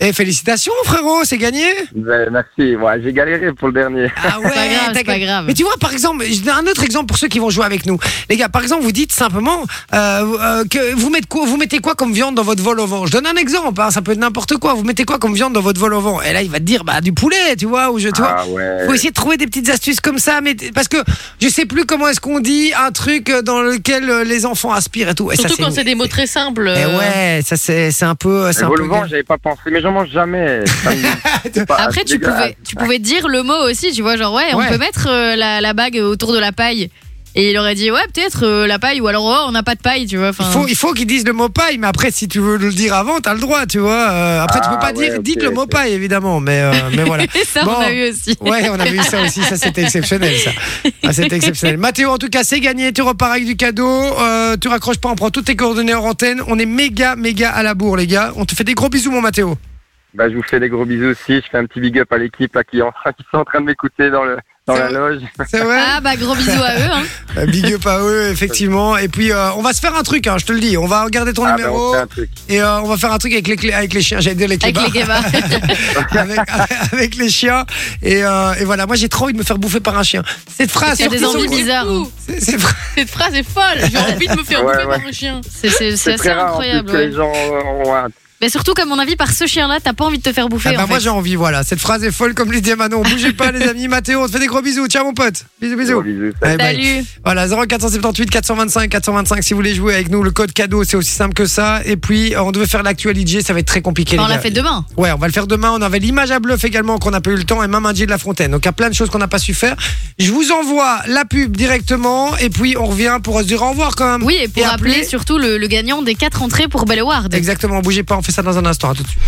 A: Et félicitations frérot, c'est gagné.
F: Ben, merci, ouais, j'ai galéré pour le dernier.
A: Ah ouais,
C: C'est pas grave,
A: t'as
C: c'est pas grave.
A: Mais tu vois, par exemple, je donne un autre exemple pour ceux qui vont jouer avec nous. Les gars, par exemple, vous dites simplement euh, euh, que vous mettez, quoi, vous mettez quoi comme viande dans votre vol au vent Je donne un exemple, hein, ça peut être n'importe quoi. Vous mettez quoi comme viande dans votre vol au vent Et là, il va te dire, bah, du poulet, tu vois, ou je, tu vois.
F: Ah ouais.
A: Faut essayer de trouver des petites astuces comme ça, mais parce que je sais plus comment est-ce qu'on dit un truc euh, dans lequel euh, les enfants aspirent et tout. Et ça,
D: Surtout quand
A: une-
D: c'est des mots très simples.
A: Eh
D: euh,
A: ouais, ça c'est c'est un peu, euh, c'est
F: Le
A: un peu.
F: relevant, j'avais pas pensé, mais j'en mange jamais. Ça me- c'est pas-
C: Après,
F: c'est
C: tu
F: dégueulasse.
C: pouvais, tu pouvais dire le mot aussi, tu vois, genre, ouais,
A: Ouais.
C: on peut mettre euh, la, la bague autour de la paille. Et il aurait dit, ouais, peut-être euh, la paille, ou alors, oh, on n'a pas de paille, tu vois.
A: Il
C: enfin,
A: faut, il faut qu'ils disent le mot paille, mais après, si tu veux le dire avant, t'as le droit, tu vois. Euh, après, tu peux
F: Ah,
A: pas
F: ouais,
A: dire,
F: ok,
A: dites le mot
F: ok.
A: paille, évidemment, mais, euh, mais
D: *laughs*
A: voilà.
C: Et ça,
A: Bon.
C: on a eu aussi.
A: Ouais, on a vu ça aussi, ça c'était exceptionnel, ça. Ah, c'était exceptionnel. Mathéo, en tout cas, c'est gagné, tu repars avec du cadeau, euh, tu raccroches pas, on prend toutes tes coordonnées en antenne, on est méga, méga à la bourre, les gars. On te fait des gros bisous, mon Mathéo.
F: Bah, je vous fais des gros bisous aussi. Je fais un petit big up à l'équipe là, qui, est en train- qui sont en train de m'écouter dans, le, dans la loge.
A: C'est vrai
C: Ah, bah, gros bisous à
F: *laughs*
C: eux. Hein.
A: Euh, Big up à eux, effectivement. Et puis, euh, on va se faire un truc, hein, je te le dis. On va regarder ton
F: Ah, bah, on
A: numéro
F: fait un truc.
A: et euh, on va faire un truc avec les, clés- avec les chiens. J'allais dire les
C: Avec
A: clébards.
C: les
A: *laughs*
C: guébards.
A: avec, avec les chiens. Et, euh, et voilà, moi j'ai trop envie de me faire bouffer par un chien. Cette phrase,
C: C'est
A: surtout
C: des
A: sur-
C: envies bizarres.
D: Ouh,
A: c'est- c'est vrai.
D: Cette phrase est folle. J'ai
F: *laughs*
D: envie de me faire
F: Ouais,
D: bouffer
F: ouais.
D: par un chien.
C: C'est- C'est c'est
F: C'est
C: assez
F: très rare en
C: incroyable.
F: plus que
C: ouais.
F: les gens euh, ont hâte.
C: Mais surtout, comme mon avis, par ce chien-là, t'as pas envie de te faire bouffer.
A: Ah bah,
C: en fait.
A: moi j'ai envie, voilà. Cette phrase est folle comme les Manon. Bougez pas, les amis. Mathéo, on te fait des gros bisous. Ciao, mon pote. Bisous, bisous.
F: Gros bisous.
A: Allez, bye.
C: Salut.
A: Voilà, 0478 425 425 si vous voulez jouer avec nous. Le code cadeau, c'est aussi simple que ça. Et puis, euh, on devait faire l'actualité, ça va être très compliqué.
C: Bah, on
A: les
C: l'a
A: gars.
C: fait demain.
A: Ouais, on va le faire demain. On avait l'image à bluff également qu'on n'a pas eu le temps et même un DJ de la Fontaine. Donc il y a plein de choses qu'on n'a pas su faire. Je vous envoie la pub directement et puis on revient pour se dire au revoir quand même.
C: Oui, et pour
A: Et
C: rappeler
A: appeler-
C: surtout le, le gagnant des quatre entrées pour Belle Award.
A: Exactement, bougez pas, on fait ça dans un instant, à tout de suite.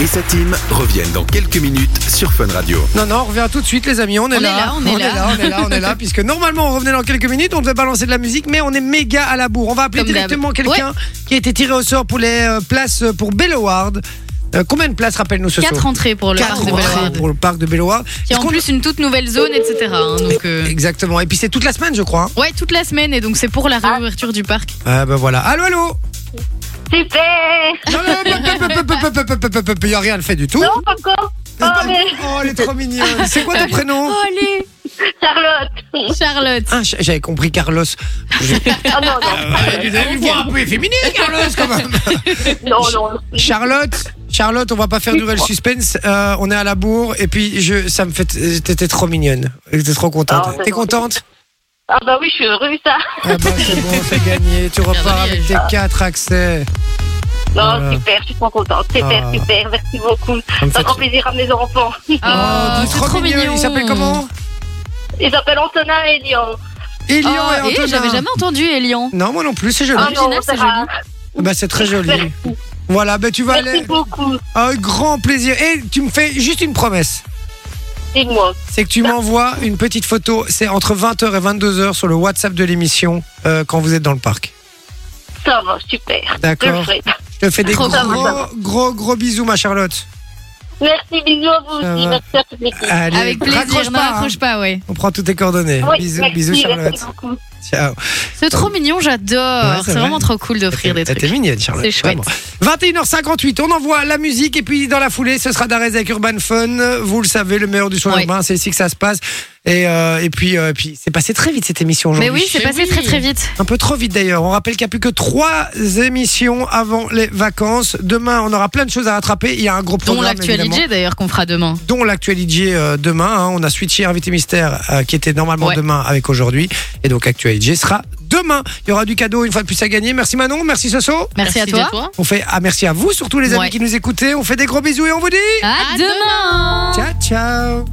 B: et sa team reviennent dans quelques minutes sur Fun Radio.
A: Non, non, on revient tout de suite, les amis, on est,
C: On est là, on est là.
A: on est là, on est là, puisque normalement on revenait dans quelques minutes, on devait balancer de la musique, mais on est méga à la bourre. On va appeler
C: Comme d'hab.
A: directement quelqu'un qui a été tiré au sort pour les euh, places pour Belloward. Euh, combien de places rappelle-nous ce
C: Quatre
A: soir
C: entrées pour le parc de Belle
A: entrées
C: Award.
A: pour le parc de Belloward.
C: Qui est en plus une toute nouvelle zone, etc. hein, donc, euh,
A: Exactement, et puis c'est toute la semaine, je crois. hein.
C: Ouais, toute la semaine, et donc c'est pour la réouverture du parc.
A: Ah ben voilà. Allô, allô Super Il n'y a rien le fait du tout. Non, pas encore. Oh, elle est trop mignonne. C'est quoi ton
H: *laughs*
A: prénom
C: *laughs* allez Charlotte Charlotte
A: ah, j- J'avais compris Carlos. Je-
H: Ah non, non,
A: Euh, Vous avez une voix un peu efféminée, Carlos, quand même.
H: non, non.
A: Charlotte, Charlotte, on va pas faire durer le suspense. Euh, on est à la bourre. Et puis, je, ça me fait. T'étais trop mignonne. J'étais trop contente.
H: Ah, c'est
A: T'es
H: gentil.
A: contente
H: Ah bah oui, je suis heureuse, ça.
A: ah bah, C'est bon, c'est gagné. Tu repars avec tes quatre accès.
H: Non,
A: Voilà.
H: super, je suis trop contente. Super,
A: Ah.
H: super, merci beaucoup.
A: Ça me fait-
H: Un grand plaisir à mes enfants.
C: Oh,
A: trop, mignon. Il s'appelle comment
H: Ils s'appellent Antonin et Lyon.
A: Ah, Elian
C: Oh,
A: et
C: et
A: Antonin.
C: J'avais jamais entendu eh, Elian.
A: Non, moi non plus, c'est joli.
H: Ah
C: Original,
H: non,
C: c'est
H: Sarah.
A: Bah, c'est très joli.
H: Merci,
A: Voilà, bah, tu vas
H: merci
A: aller.
H: beaucoup.
A: Un grand plaisir. Et tu me fais juste une promesse.
H: Dis-moi.
A: C'est que tu m'envoies une petite photo. C'est entre 20h et 22h sur le WhatsApp de l'émission euh, quand vous êtes dans le parc.
H: Ça va, super. Je le
A: D'accord
H: ferai.
A: Je te fais des
C: Trop
A: gros,
H: bien,
A: gros, gros, bisous, ma Charlotte.
H: Merci, bisous à vous
A: Ça
H: aussi.
A: va.
H: Merci à toute l'équipe.
A: Allez,
C: Avec
A: raccroche
C: plaisir, non,
A: pas, hein.
C: raccroche pas, ouais.
A: On prend toutes tes coordonnées.
H: Oui,
A: bisous,
H: merci,
A: bisous, Charlotte.
H: merci beaucoup.
A: Ciao.
C: C'est trop mignon,
A: Ouais,
C: j'adore.
A: c'est
C: c'est
A: vrai.
C: vraiment trop cool d'offrir des
A: T'es-
C: trucs.
A: T'es mignonne, Charlotte.
C: C'est chouette.
A: Vraiment. 21h58, on envoie la musique et puis dans la foulée, ce sera Darès avec Urban Fun. Vous le savez, le meilleur du soir
C: Ouais.
A: urbain, c'est ici que ça se passe. Et, euh, et puis, euh, et puis c'est passé très vite cette émission
C: Mais
A: aujourd'hui.
C: oui, c'est
D: Mais
C: passé
D: oui.
C: très très vite.
A: Un peu trop vite d'ailleurs. On rappelle qu'il n'y a plus que trois émissions avant les vacances. Demain, on aura plein de choses à rattraper. Il y a un gros
C: Dont
A: programme. évidemment
C: l'actualité d'ailleurs qu'on fera demain.
A: dont l'actualité euh, demain. hein. On a switché Invité Mystère euh, qui était normalement
C: Ouais.
A: demain avec aujourd'hui. Et donc actualité sera demain. Il y aura du cadeau une fois de plus à gagner. Merci Manon, merci Soso.
C: Merci, à toi.
A: On fait ah, merci à vous surtout les amis
C: Ouais.
A: qui nous écoutez. On fait des gros bisous et on vous dit
C: À, demain.
A: ciao ciao.